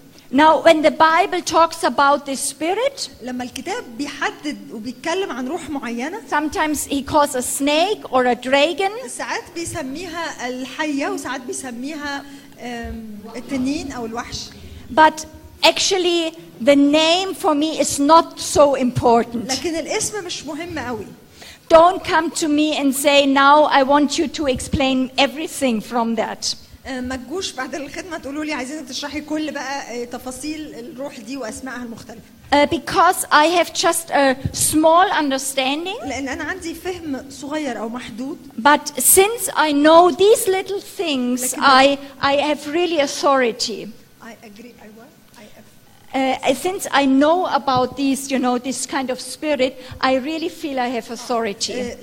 S1: Now, when the Bible talks about the spirit,
S4: لما الكتاب بيحدد وبيتكلم عن روح معينة
S1: sometimes he calls a snake or a dragon.
S4: ساعات بيسميها الحية وساعات بيسميها آم، التنين أو الوحش
S1: But actually, the name for me is not so important.
S4: لكن الاسم مش مهم قوي
S1: Don't come to me and say, now I want you to explain everything from that.
S4: آه، ما تجوش بعد الخدمه تقولوا لي عايزين تشرحي كل بقى آه، تفاصيل الروح دي واسمائها المختلفه
S1: Uh, because I have just a small understanding,
S4: لان انا عندي فهم صغير او محدود
S1: but since I know these little things,
S4: Like-
S1: I, I have really authority.
S4: I agree I was I agree.
S1: Uh, since I know
S4: Uh,
S1: about these, you know, this kind of spirit, I really feel I have authority.
S4: آه،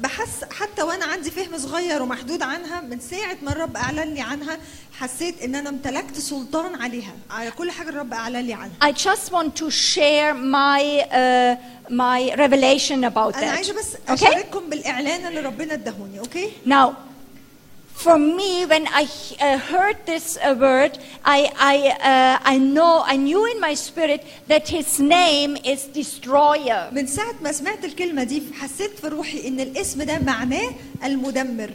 S4: بحس حتى وانا عندي فهم صغير ومحدود عنها من ساعه ما الرب اعلن لي عنها حسيت ان انا امتلكت سلطان عليها على كل حاجه الرب اعلن لي عنها
S1: I just want to share my uh, my revelation about
S4: انا
S1: that.
S4: عايزه بس
S1: okay?
S4: اشارككم بالاعلان اللي ربنا اداهوني اوكي
S1: Now, for me, when I uh, heard this uh, word, I I uh, I know I knew in my spirit that his name is destroyer.
S4: من ساعه ما سمعت الكلمه دي حسيت في روحي ان الاسم ده معناه المدمر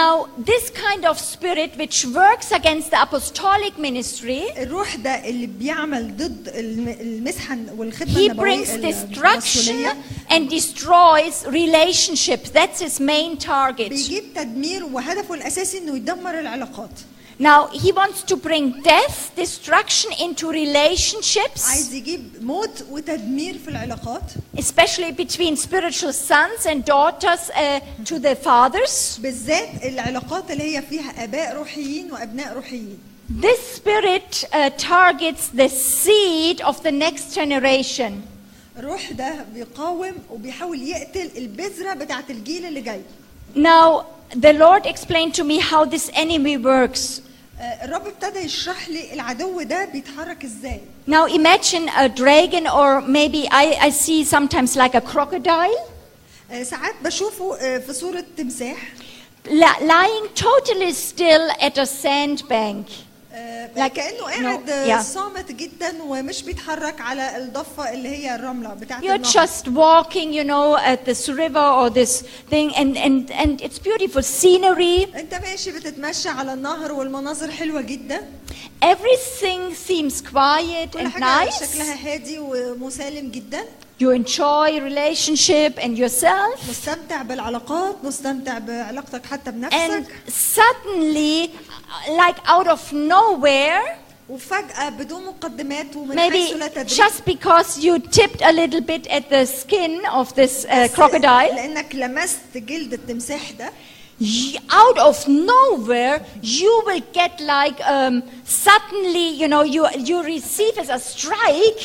S1: Now, this kind of spirit which works against the apostolic ministry,
S4: الروح ده اللي بيعمل ضد الم- المسحه والخدمه
S1: he
S4: النبويه
S1: brings destruction
S4: الرسولية
S1: and destroys relationships. That's his main target.
S4: بيجيب تدمير وهدفه الاساسي انه يدمر العلاقات
S1: Now, he wants to bring death, destruction into relationships,
S4: عايز يجيب موت وتدمير في العلاقات
S1: especially between spiritual sons and daughters uh, to the fathers.
S4: بالذات العلاقات اللي هي فيها اباء روحيين وابناء روحيين
S1: This spirit uh, targets the seed of the next generation.
S4: الروح ده بيقاوم وبيحاول يقتل البذره بتاعه الجيل اللي جاي
S1: Now, the Lord explained to me how this enemy works.
S4: آه، الرب ابتدى يشرح لي العدو ده بيتحرك ازاي
S1: Now imagine a dragon, or maybe I, I see sometimes like a crocodile,
S4: آه، ساعات بشوفه آه، في صوره تمساح
S1: li- lying totally still at a sandbank.
S4: آه،
S1: Like-
S4: كانه
S1: no,
S4: قاعد
S1: yeah.
S4: آه، صامت جدا ومش بيتحرك على الضفه اللي هي الرمله بتاعت
S1: You're
S4: النهر
S1: just walking, you know, at this river or this thing, and, and, and it's beautiful scenery.
S4: انت ماشي بتتمشى على النهر والمناظر حلوه جدا
S1: Everything seems quiet
S4: كل
S1: and
S4: حاجه
S1: nice.
S4: شكلها هادي ومسالم جدا
S1: You enjoy relationship and yourself.
S4: مستمتع بالعلاقات مستمتع بعلاقتك حتى
S1: And
S4: بنفسك
S1: suddenly, uh, like out of nowhere,
S4: وفجأة بدون مقدمات ومن حيث
S1: Maybe
S4: لا تدري
S1: just because you tipped a little bit at the skin of this uh,
S4: بس
S1: crocodile,
S4: لأنك لمست جلد التمساح ده
S1: y- out of nowhere you will get like um, suddenly, you know, you you receive as a strike.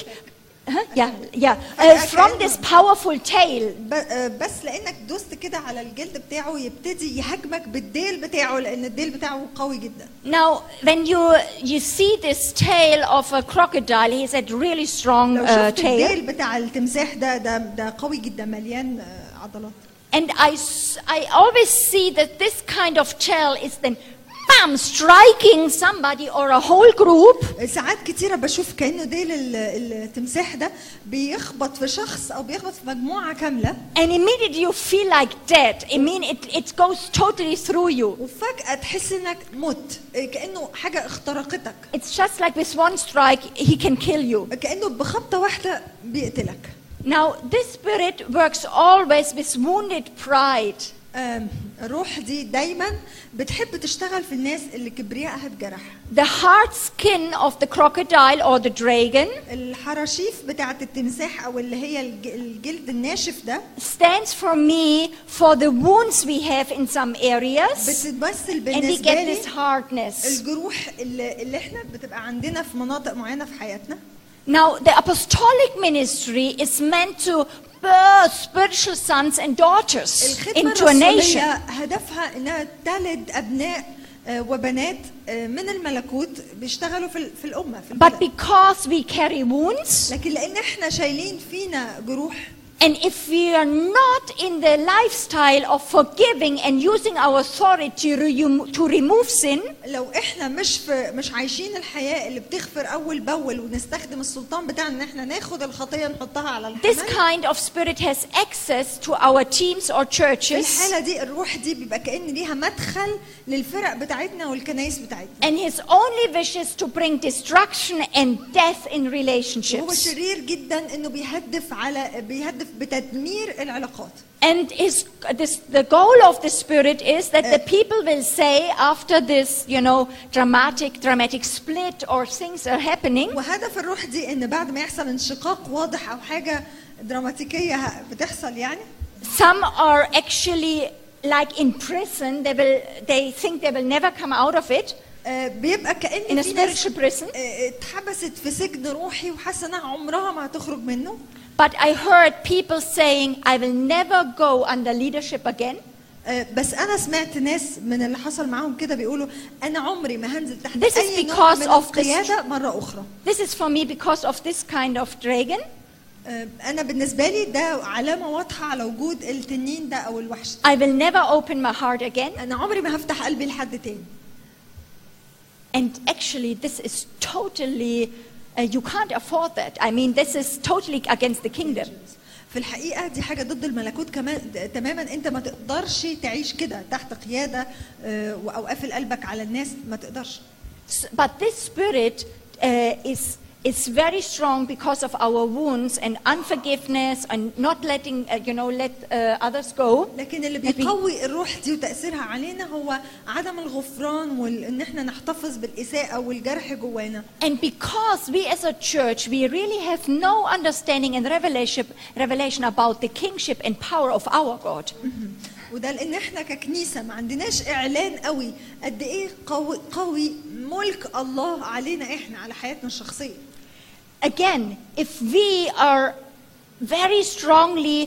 S1: Huh? Yeah, yeah. Uh, from this powerful tail.
S4: ب- آه، بس لأنك دوست كده على الجلد بتاعه يبتدي يهاجمك بالديل بتاعه لأن الديل بتاعه قوي جدا
S1: Now, when you you see this tail of a crocodile, he's a really strong
S4: لو
S1: uh,
S4: شفت
S1: tail.
S4: الديل بتاع التمساح ده ده ده قوي جدا مليان آه، عضلات
S1: And I, s- I always see that this kind of tell is then bam striking somebody or a whole group.
S4: ساعات كتيرة بشوف كأنه ديل ال- التمساح ده بيخبط في شخص أو بيخبط في مجموعة كاملة
S1: And immediately you feel like dead. I mean, it, it goes totally through you.
S4: وفجأة تحس انك مت كأنه حاجة اخترقتك
S1: It's just like with one strike, he can kill you.
S4: كأنه بخبطة واحدة بيقتلك
S1: Now, this spirit works always with wounded pride.
S4: آم، الروح دي دايما بتحب تشتغل في الناس اللي كبريائها اتجرح
S1: The hard skin of the crocodile or the dragon
S4: الحراشيف بتاعة التمساح او اللي هي الج- الجلد الناشف ده
S1: stands for me for the wounds we have in some areas.
S4: بتتمثل
S1: And we
S4: بالنسبة
S1: get
S4: لي
S1: this hardness.
S4: الجروح اللي, اللي احنا بتبقى عندنا في مناطق معينة في حياتنا
S1: Now, the apostolic ministry is meant to birth spiritual sons and daughters
S4: الخدمة
S1: into a
S4: الرسولية
S1: nation.
S4: هدفها انها تلد ابناء آه، وبنات آه، من الملكوت بيشتغلوا في ال- في الامه في
S1: But
S4: البلد.
S1: because we carry wounds,
S4: لكن لان احنا شايلين فينا جروح
S1: and if we are not in the lifestyle of forgiving and using our authority to, remo- to remove sin,
S4: لو احنا مش في مش عايشين الحياه اللي بتغفر اول باول ونستخدم السلطان بتاعنا ان احنا ناخد الخطيه نحطها على
S1: this
S4: الحمل
S1: kind of spirit has access to our teams or
S4: في
S1: churches,
S4: الحاله دي الروح دي بيبقى كان ليها مدخل للفرق بتاعتنا والكنايس بتاعتنا
S1: and his only wish is to bring destruction and death in
S4: وهو
S1: relationships.
S4: شرير جدا انه بيهدف على بيهدف بتدمير العلاقات
S1: And his, this, the goal of the Spirit is that the people will say after this, you know, dramatic, dramatic split or things are happening,
S4: وهدف الروح دي ان بعد ما يحصل انشقاق واضح او حاجه دراماتيكيه ه- بتحصل يعني
S1: some are actually like in prison. They will, they think they will never come out of it.
S4: آه، بيبقى
S1: In
S4: كأن
S1: a
S4: في ناس
S1: spiritual prison.
S4: آه، اتحبست في سجن روحي وحاسه انها عمرها ما هتخرج منه
S1: But I heard people saying, I will never go under leadership again.
S4: آه، بس انا سمعت ناس من اللي حصل معاهم كده بيقولوا انا عمري ما هنزل تحت
S1: This is
S4: اي نوع
S1: because
S4: من
S1: of this-
S4: القياده مره اخرى
S1: This is for me because of this kind of dragon.
S4: آه، انا بالنسبه لي ده علامه واضحه على وجود التنين ده او الوحش ده.
S1: I will never open my heart again.
S4: انا عمري ما هفتح قلبي لحد تاني
S1: And actually, this is totally, uh, you can't afford that. I mean, this is totally against the kingdom.
S4: في الحقيقه دي حاجه ضد الملكوت كمان د- تماما انت ما تقدرش تعيش كده تحت قياده آه، او قافل قلبك على الناس ما تقدرش
S1: S- But this spirit uh, is, is very strong because of our wounds and unforgiveness and not letting, uh, you know, let uh, others go.
S4: لكن اللي
S1: Maybe.
S4: بيقوي الروح دي وتاثيرها علينا هو عدم الغفران وان احنا نحتفظ بالاساءه والجرح جوانا
S1: And because we as a church, we really have no understanding and revelation, revelation about the kingship and power of our God.
S4: وده لان احنا ككنيسه ما عندناش اعلان قوي قد ايه قوي قوي ملك الله علينا احنا على حياتنا الشخصيه
S1: Again, if we are very strongly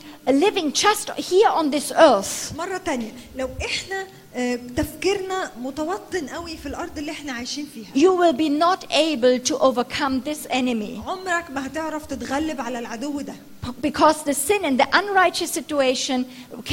S1: living just here on this earth,
S4: مره تانية لو احنا آه، تفكيرنا متوطن قوي في الارض اللي احنا عايشين فيها
S1: you will be not able to overcome this enemy
S4: عمرك ما هتعرف تتغلب على العدو ده
S1: because the sin and the unrighteous situation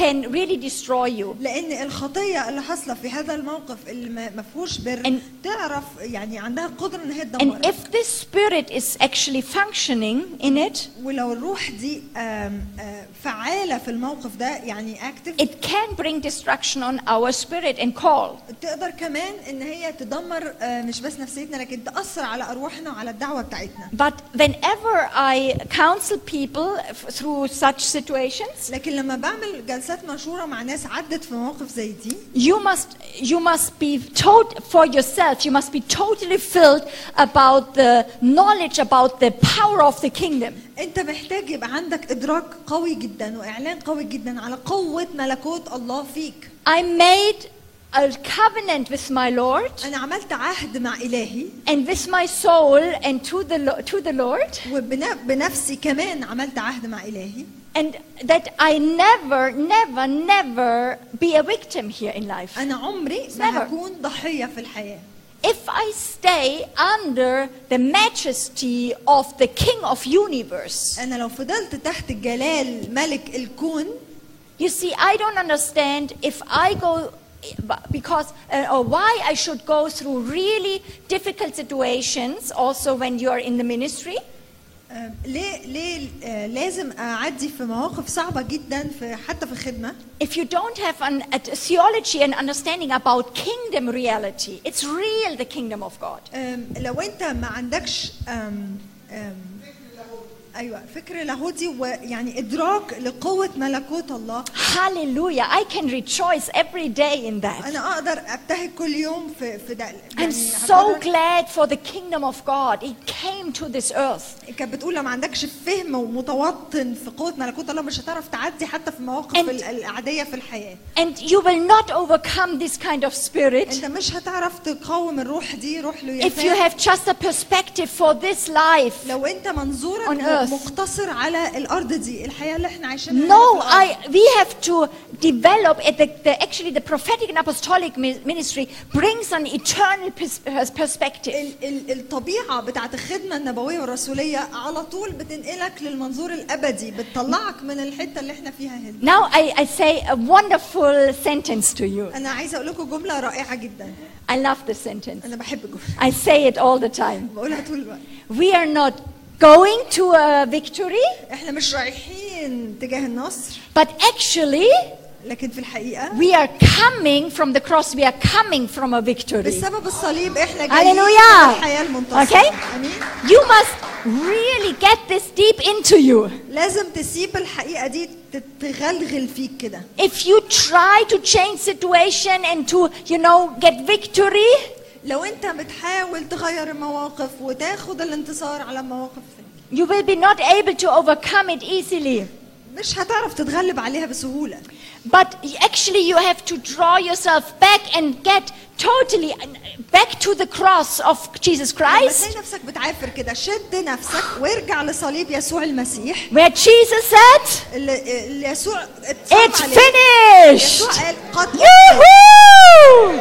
S1: can really destroy you.
S4: لان الخطيه اللي حاصله في هذا الموقف اللي ما ما فيهوش بر
S1: And-
S4: تعرف يعني عندها القدره ان هي
S1: And
S4: تدمرك
S1: if this spirit is actually functioning in it,
S4: ولو الروح دي آم، آه، فعاله في الموقف ده يعني اكتف
S1: it can bring destruction on our spirit and call.
S4: تقدر كمان ان هي تدمر آه، مش بس نفسيتنا لكن تاثر على ارواحنا وعلى الدعوه بتاعتنا
S1: But whenever I counsel people f- through such situations,
S4: لكن لما بعمل جلسات مشوره مع ناس عدت في مواقف زي دي
S1: you must you must be told for yourself. You must be totally filled about the knowledge about the power of the kingdom.
S4: انت محتاج يبقى عندك ادراك قوي جدا واعلان قوي جدا على قوه ملكوت الله فيك
S1: I made a covenant with my Lord
S4: انا عملت عهد مع الهي
S1: and with my soul and to the Lo- to the Lord,
S4: وبنفسي كمان عملت عهد مع الهي
S1: and that I never, never, never be a victim here in life.
S4: انا عمري
S1: Never.
S4: ما هكون ضحيه في الحياه
S1: If I stay under the majesty of the King of Universe,
S4: انا لو فضلت تحت جلال ملك الكون
S1: you see, I don't understand if I go because uh, or why I should go through really difficult situations also when you are in the ministry.
S4: آه، ليه ليه آه، لازم اعدي في مواقف صعبه جدا في حتى في الخدمه
S1: If you don't have an, a theology and understanding about kingdom reality, it's real the kingdom of God.
S4: آم، لو انت ما عندكش آم، آم، ايوه فكر لاهوتي ويعني ادراك لقوه ملكوت الله
S1: Hallelujah! I can rejoice every day in that.
S4: انا اقدر ابتهج كل يوم في في ده
S1: I'm
S4: يعني
S1: so
S4: هقرر-
S1: glad for the kingdom of God. It came to this earth.
S4: كانت بتقول لو ما عندكش فهم ومتوطن في قوه ملكوت الله مش هتعرف تعدي حتى في مواقف
S1: And-
S4: ال- العاديه في الحياه
S1: And you will not overcome this kind of
S4: انت
S1: spirit
S4: مش هتعرف تقاوم الروح دي روح
S1: if you
S4: ليفان
S1: have just a perspective for this life.
S4: لو انت منظورك
S1: On earth.
S4: مقتصر على الارض دي الحياه اللي احنا عايشينها هنا في
S1: No, I,
S4: الأرض.
S1: we have to develop at the, the, actually the prophetic and apostolic mi- ministry brings an eternal pers- pers- perspective.
S4: ال- ال- الطبيعه بتاعت الخدمه النبويه والرسوليه على طول بتنقلك للمنظور الابدي بتطلعك من الحته اللي احنا فيها هنا
S1: Now I, I say a wonderful sentence to you.
S4: انا عايزه اقول لكم جمله رائعه جدا
S1: I love this sentence.
S4: انا بحب
S1: I
S4: الجمله
S1: say it all the time.
S4: بقولها طول الوقت
S1: We are not going to a victory,
S4: احنا مش رايحين تجاه النصر
S1: but actually
S4: لكن في الحقيقه
S1: we are coming from the cross. We are coming from a victory.
S4: بسبب الصليب احنا جايين
S1: Hallelujah.
S4: الحياه المنتصره
S1: Okay?
S4: امين
S1: You must really get this deep into you.
S4: لازم تسيب الحقيقه دي تتغلغل فيك كده
S1: If you try to change situation and to, you know, get victory,
S4: لو انت بتحاول تغير المواقف وتاخد الانتصار على مواقف تانية،
S1: you will be not able to overcome it easily.
S4: مش هتعرف تتغلب عليها بسهوله
S1: But actually, you have to draw yourself back and get totally back to the cross of Jesus
S4: لما
S1: Christ,
S4: تلاقي نفسك بتعافر كده شد نفسك وارجع لصليب يسوع المسيح
S1: where Jesus said,
S4: اللي اللي يسوع اتصلب
S1: It's
S4: عليه.
S1: finished!
S4: يسوع قال قد انتهى.
S1: Yoo-hoo!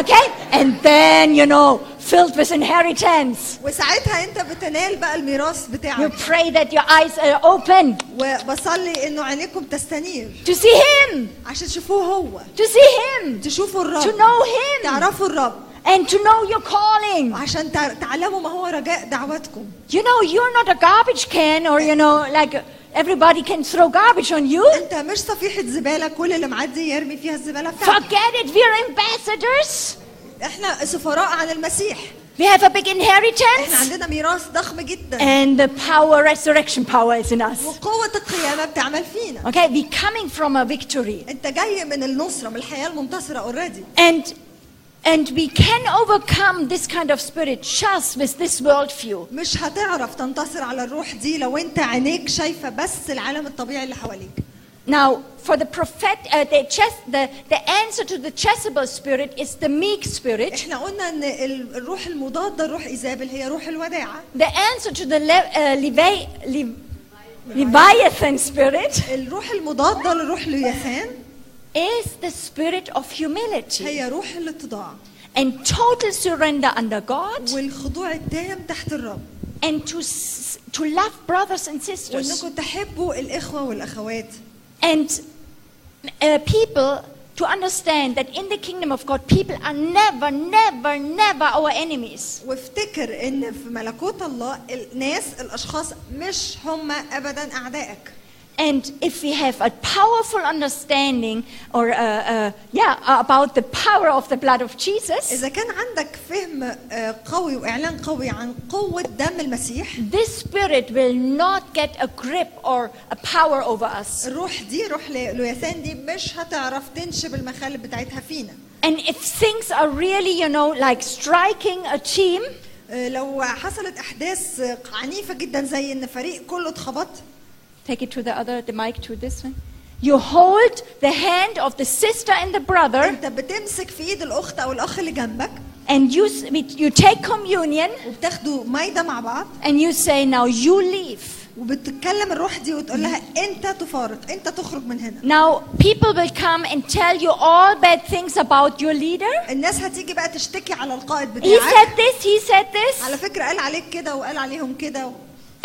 S1: Okay? And then, you know, filled with inheritance.
S4: وساعتها انت بتنال بقى الميراث
S1: You
S4: بتاعك
S1: pray that your eyes are open
S4: وبصلي انه عينيكم تستنير
S1: to see Him,
S4: عشان تشوفوه هو
S1: to see Him,
S4: تشوفوا
S1: to
S4: الرب
S1: know Him,
S4: تعرفوا الرب
S1: and to know your calling.
S4: عشان تع- تعلموا ما هو رجاء دعوتكم
S1: You know, you're not a garbage can or, you know, like everybody can throw garbage on you.
S4: انت مش صفيحه زباله كل اللي معدي يرمي فيها الزباله بتاعته
S1: Forget it, we're ambassadors.
S4: احنا سفراء عن المسيح
S1: We have a big
S4: احنا
S1: inheritance.
S4: عندنا ميراث ضخم جدا
S1: And the power, resurrection power is in us.
S4: وقوه القيامه بتعمل فينا
S1: Okay, we're coming from a victory.
S4: انت جاي من النصره من الحياه المنتصره اوريدي
S1: And and we can overcome this kind of spirit just with this worldview.
S4: مش هتعرف تنتصر على الروح دي لو انت عينيك شايفه بس العالم الطبيعي اللي حواليك
S1: Now, for the prophet, uh, the, Ches- the, the answer to the Jezebel spirit is the meek spirit.
S4: احنا قلنا ان ال- الروح المضاده روح ايزابل هي روح الوداعه
S1: The answer to the le- uh, Leva- Le- Leviathan spirit
S4: الروح المضاده لروح لياثان
S1: is the spirit of humility
S4: هي روح الاتضاع
S1: and total surrender under God
S4: والخضوع التام تحت الرب
S1: and to, s- to love brothers and sisters.
S4: وانكم تحبوا الاخوه والاخوات
S1: And uh, people to understand that in the kingdom of God, people are never, never, never our enemies.
S4: وافتكر ان في ملكوت الله الناس الاشخاص مش هم ابدا اعدائك
S1: And if we have a powerful understanding, or uh, uh, yeah, about the power of the blood of Jesus,
S4: اذا كان عندك فهم آه، قوي واعلان قوي عن قوه دم المسيح
S1: this spirit will not get a grip or a power over us.
S4: الروح دي روح لي- لويثان دي مش هتعرف تنشب المخالب بتاعتها فينا
S1: And if things are really, you know, like striking a team,
S4: آه، لو حصلت احداث آه، عنيفه جدا زي ان فريق كله اتخبط
S1: take it to the other, the mic to this one. You hold the hand of the sister and the brother.
S4: انت بتمسك في ايد الاخت او الاخ اللي جنبك
S1: And you, s- we- you take communion
S4: وبتاخدوا مايده مع بعض
S1: and you say, now you leave.
S4: وبتتكلم الروح دي وتقول لها انت تفارق انت تخرج من هنا
S1: Now, people will come and tell you all bad things about your leader.
S4: الناس هتيجي بقى تشتكي على القائد
S1: He said
S4: بتاعك
S1: this, he said
S4: على
S1: this.
S4: فكره قال عليك كده وقال عليهم كده و...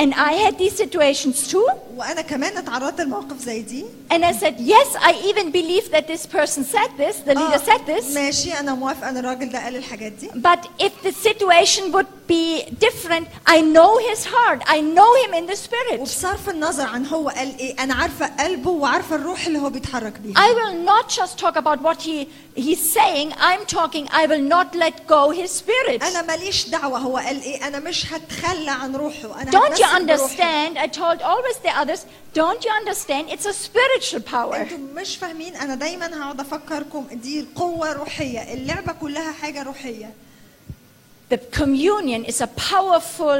S1: And I had these situations too.
S4: وانا كمان اتعرضت لمواقف زي دي
S1: And I said, yes, I even believe that this person said this, the leader
S4: آه،
S1: said this.
S4: ماشي انا موافقه ان الراجل ده قال الحاجات دي
S1: But if the situation would be different, I know his heart. I know him in the spirit.
S4: وبصرف النظر عن هو قال ايه انا عارفه قلبه وعارفه الروح اللي هو بيتحرك بيها
S1: I will not just talk about what he, he's saying. I'm talking, I will not let go his spirit.
S4: انا ماليش دعوه هو قال ايه انا مش هتخلى عن روحه انا
S1: Don't you
S4: هتمسك بروحه.
S1: understand? I told always the others, don't you understand? It's a spiritual power.
S4: انتوا مش فاهمين انا دايما هقعد افكركم دي قوه روحيه اللعبه كلها حاجه روحيه
S1: The communion is a powerful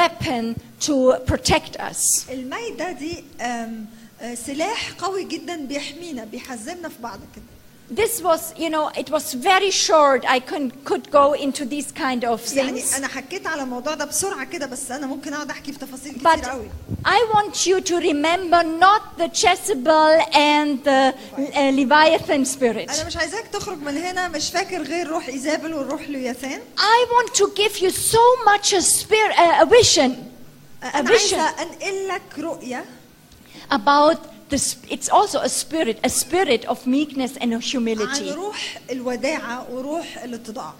S1: weapon to protect us.
S4: المايده دي آم، آه، سلاح قوي جدا بيحمينا بيحزمنا في بعض كده
S1: This was, you know, it was very short. I couldn't, could go into these kind of
S4: يعني
S1: things.
S4: انا حكيت على الموضوع ده بسرعه كده بس انا ممكن اقعد احكي في تفاصيل
S1: But
S4: كتير قوي
S1: I want you to remember not the Jezebel and the uh, Leviathan
S4: انا
S1: spirit.
S4: مش عايزاك تخرج من هنا مش فاكر غير روح ايزابل والروح لياثان
S1: I want to give you so much a, spirit, uh, a vision.
S4: انا
S1: vision.
S4: عايزه انقل لك رؤيه
S1: about the sp- it's also a spirit a spirit of meekness and of
S4: عن
S1: humility
S4: روح الوداعه وروح الاتضاع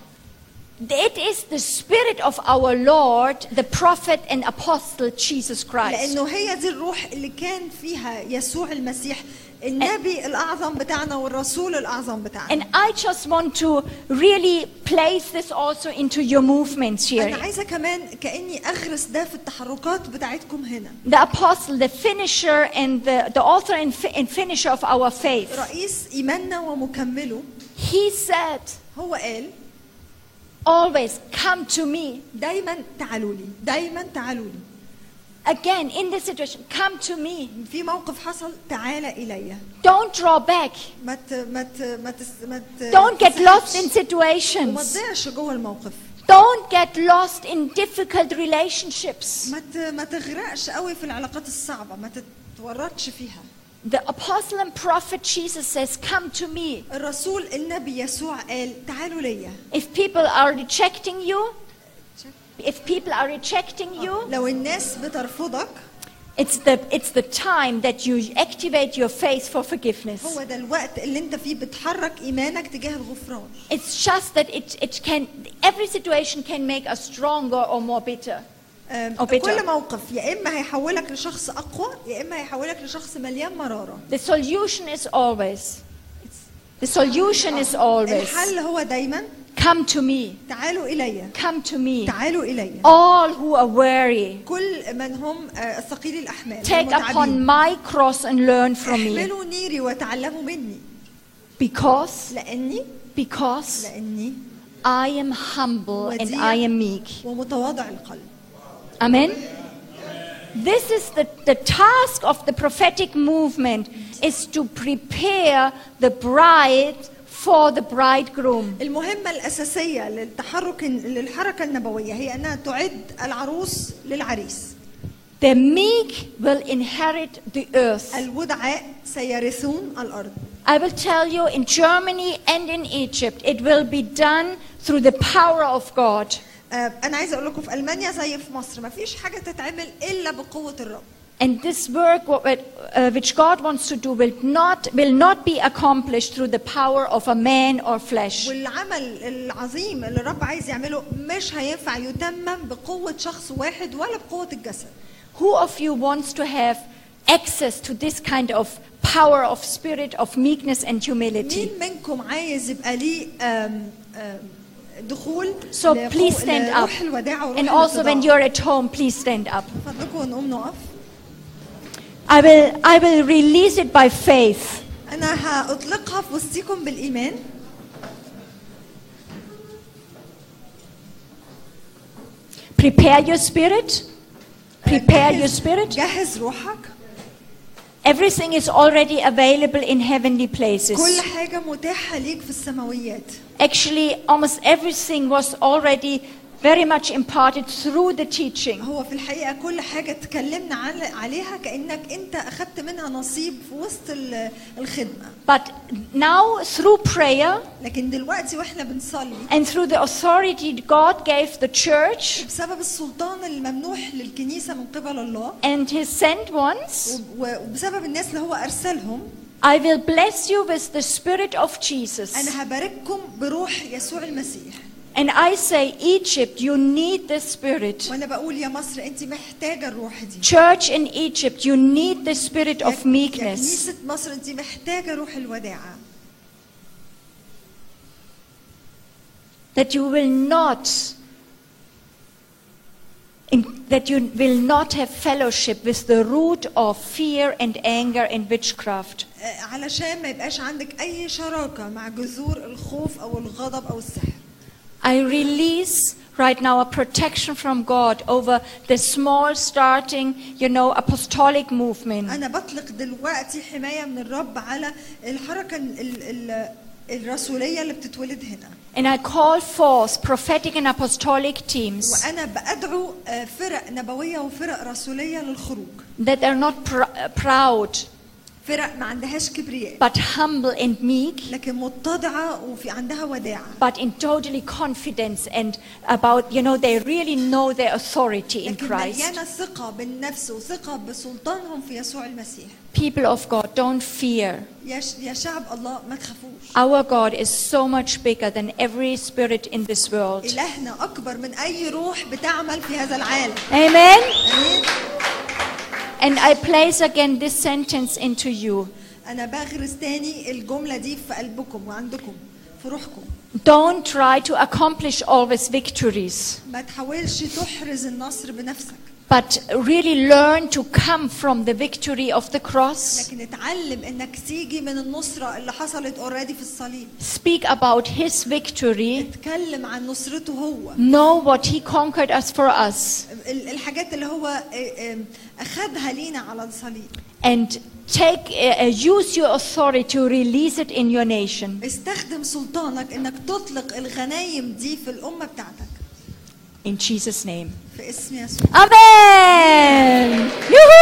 S1: it is the spirit of our lord the prophet and apostle jesus christ
S4: لانه هي دي الروح اللي كان فيها يسوع المسيح النبي الاعظم بتاعنا والرسول الاعظم بتاعنا
S1: and i just want to really place this also into your movements
S4: انا
S1: here
S4: عايزه كمان كاني اغرس ده في التحركات بتاعتكم هنا
S1: the apostle the finisher and the, the author and, fi- and finisher of our faith
S4: رئيس ايماننا ومكمله
S1: he said
S4: هو قال
S1: always come to me
S4: دايما تعالوا لي دايما تعالوا لي
S1: Again, in this situation, come to me.
S4: في موقف حصل تعالى الي
S1: Don't draw back.
S4: ما ت... ما ت... ما تس... ما ت...
S1: Don't get lost in
S4: وما
S1: situations.
S4: تضيعش جوه الموقف
S1: Don't get lost in difficult relationships.
S4: ما ت... ما تغرقش قوي في العلاقات الصعبه ما تتورطش فيها
S1: The apostle and prophet Jesus says, Come to me.
S4: الرسول النبي يسوع قال تعالوا ليا
S1: If people are rejecting you, if people are rejecting you,
S4: لو الناس بترفضك
S1: it's the, it's the time that you activate your faith for forgiveness.
S4: هو ده الوقت اللي انت فيه بتحرك ايمانك تجاه الغفران
S1: It's just that it, it can, every situation can make us stronger or more bitter.
S4: أم،
S1: أو بيتر.
S4: كل موقف يا اما هيحولك لشخص اقوى يا اما هيحولك لشخص مليان مراره
S1: The solution is always. The solution is always.
S4: الحل هو دايما
S1: Come to me.
S4: تعالوا الي
S1: Come to me.
S4: تعالوا الي
S1: All who are weary,
S4: كل من هم آه، الثقيل الاحمال
S1: take upon
S4: المتعبين.
S1: my cross and learn from me.
S4: احملوا نيري وتعلموا مني
S1: Because,
S4: لاني
S1: because
S4: لاني
S1: I am humble and
S4: وديع
S1: I am meek.
S4: ومتواضع القلب
S1: Amen. This is the, the task of the prophetic movement is to prepare the bride for the bridegroom.
S4: المهمة الأساسية للتحرك للحركة النبوية هي أنها تعد العروس للعريس
S1: The meek will inherit the earth.
S4: الودعاء سيرثون الأرض
S1: I will tell you in Germany and in Egypt, it will be done through the power of God.
S4: آه، أنا عايزة أقول لكم في ألمانيا زي في مصر ما فيش حاجة تتعمل إلا بقوة الرب
S1: And this work what- what, uh, which God wants to do will not, will not be accomplished through the power of a man or flesh.
S4: والعمل العظيم اللي الرب عايز يعمله مش هينفع يتمم بقوة شخص واحد ولا بقوة الجسد
S1: Who of you wants to have access to this kind of power of spirit, of meekness and humility?
S4: مين منكم عايز يبقى ليه آم، آم، دخول
S1: So
S4: لقو-
S1: please stand up.
S4: لروح الوداع وروح
S1: And also when
S4: الاتضاع؟
S1: you're at home, please stand up.
S4: فضلكم نقوم نقف
S1: I will, I will release it by faith.
S4: أنا هأطلقها في وسطكم بالإيمان
S1: Prepare your spirit. Prepare your
S4: جهز-
S1: spirit.
S4: جهز روحك
S1: Everything is already available in heavenly
S4: كل
S1: places.
S4: حاجة متاحة ليك في السماويات
S1: Actually, almost everything was already very much imparted through the teaching.
S4: هو في الحقيقة كل حاجة اتكلمنا عل- عليها كأنك أنت أخدت منها نصيب في وسط ال- الخدمة
S1: But now, through prayer
S4: لكن دلوقتي وإحنا بنصلي
S1: and through the authority God gave the church
S4: بسبب السلطان الممنوح للكنيسة من قبل الله
S1: and His sent ones,
S4: وب- وبسبب الناس اللي هو أرسلهم
S1: I will bless you with the Spirit of Jesus.
S4: أنا هبارككم بروح يسوع المسيح
S1: And I say, Egypt, you need this Spirit.
S4: وأنا بقول يا مصر أنت محتاجة الروح دي
S1: Church in Egypt, you need the Spirit
S4: يا-
S1: of
S4: يا
S1: meekness.
S4: كنيسة مصر أنت محتاجة روح الوداعة
S1: that you will not in, that you will not have fellowship with the root of fear and anger and witchcraft
S4: آه، علشان ما يبقاش عندك أي شراكة مع جذور الخوف أو الغضب أو السحر
S1: i release right now a protection from god over the small starting you know apostolic movement
S4: أنا بطلق دلوقتي حماية من الرب على الحركة ال ال ال الرسولية اللي بتتولد هنا
S1: and i call forth prophetic and apostolic teams
S4: وأنا بأدعو آه، فرق نبوية وفرق رسولية للخروج
S1: that are not pr- uh, proud
S4: فرق ما عندهاش كبرياء
S1: but humble and meek
S4: لكن متضعة وفي عندها وداعة
S1: but in totally confidence and about you know they really know their authority in
S4: لكن
S1: christ
S4: مليانة ثقة بالنفس وثقة بسلطانهم في يسوع المسيح
S1: People of God, don't fear.
S4: يا ش- يا شعب الله ما تخافوش
S1: Our God is so much bigger than every spirit in this world.
S4: إلهنا أكبر من أي روح بتعمل في هذا العالم
S1: Amen.
S4: آمين
S1: And I place again this sentence into you.
S4: أنا بغرس تاني الجملة دي في قلبكم وعندكم في روحكم
S1: Don't try to accomplish always victories.
S4: ما تحاولش تحرز النصر بنفسك
S1: but really learn to come from the victory of the cross.
S4: لكن اتعلم انك تيجي من النصره اللي حصلت اوريدي في الصليب
S1: Speak about his victory.
S4: اتكلم عن نصرته هو
S1: Know what he conquered us for us.
S4: ال- الحاجات اللي هو آه، آه، اخدها لينا على الصليب
S1: And take, uh, uh, use your authority to release it in your nation.
S4: استخدم سلطانك انك تطلق الغنايم دي في الامه بتاعتك
S1: In Jesus' name.
S4: في اسم يسوع
S1: Amen. Yoo-hoo.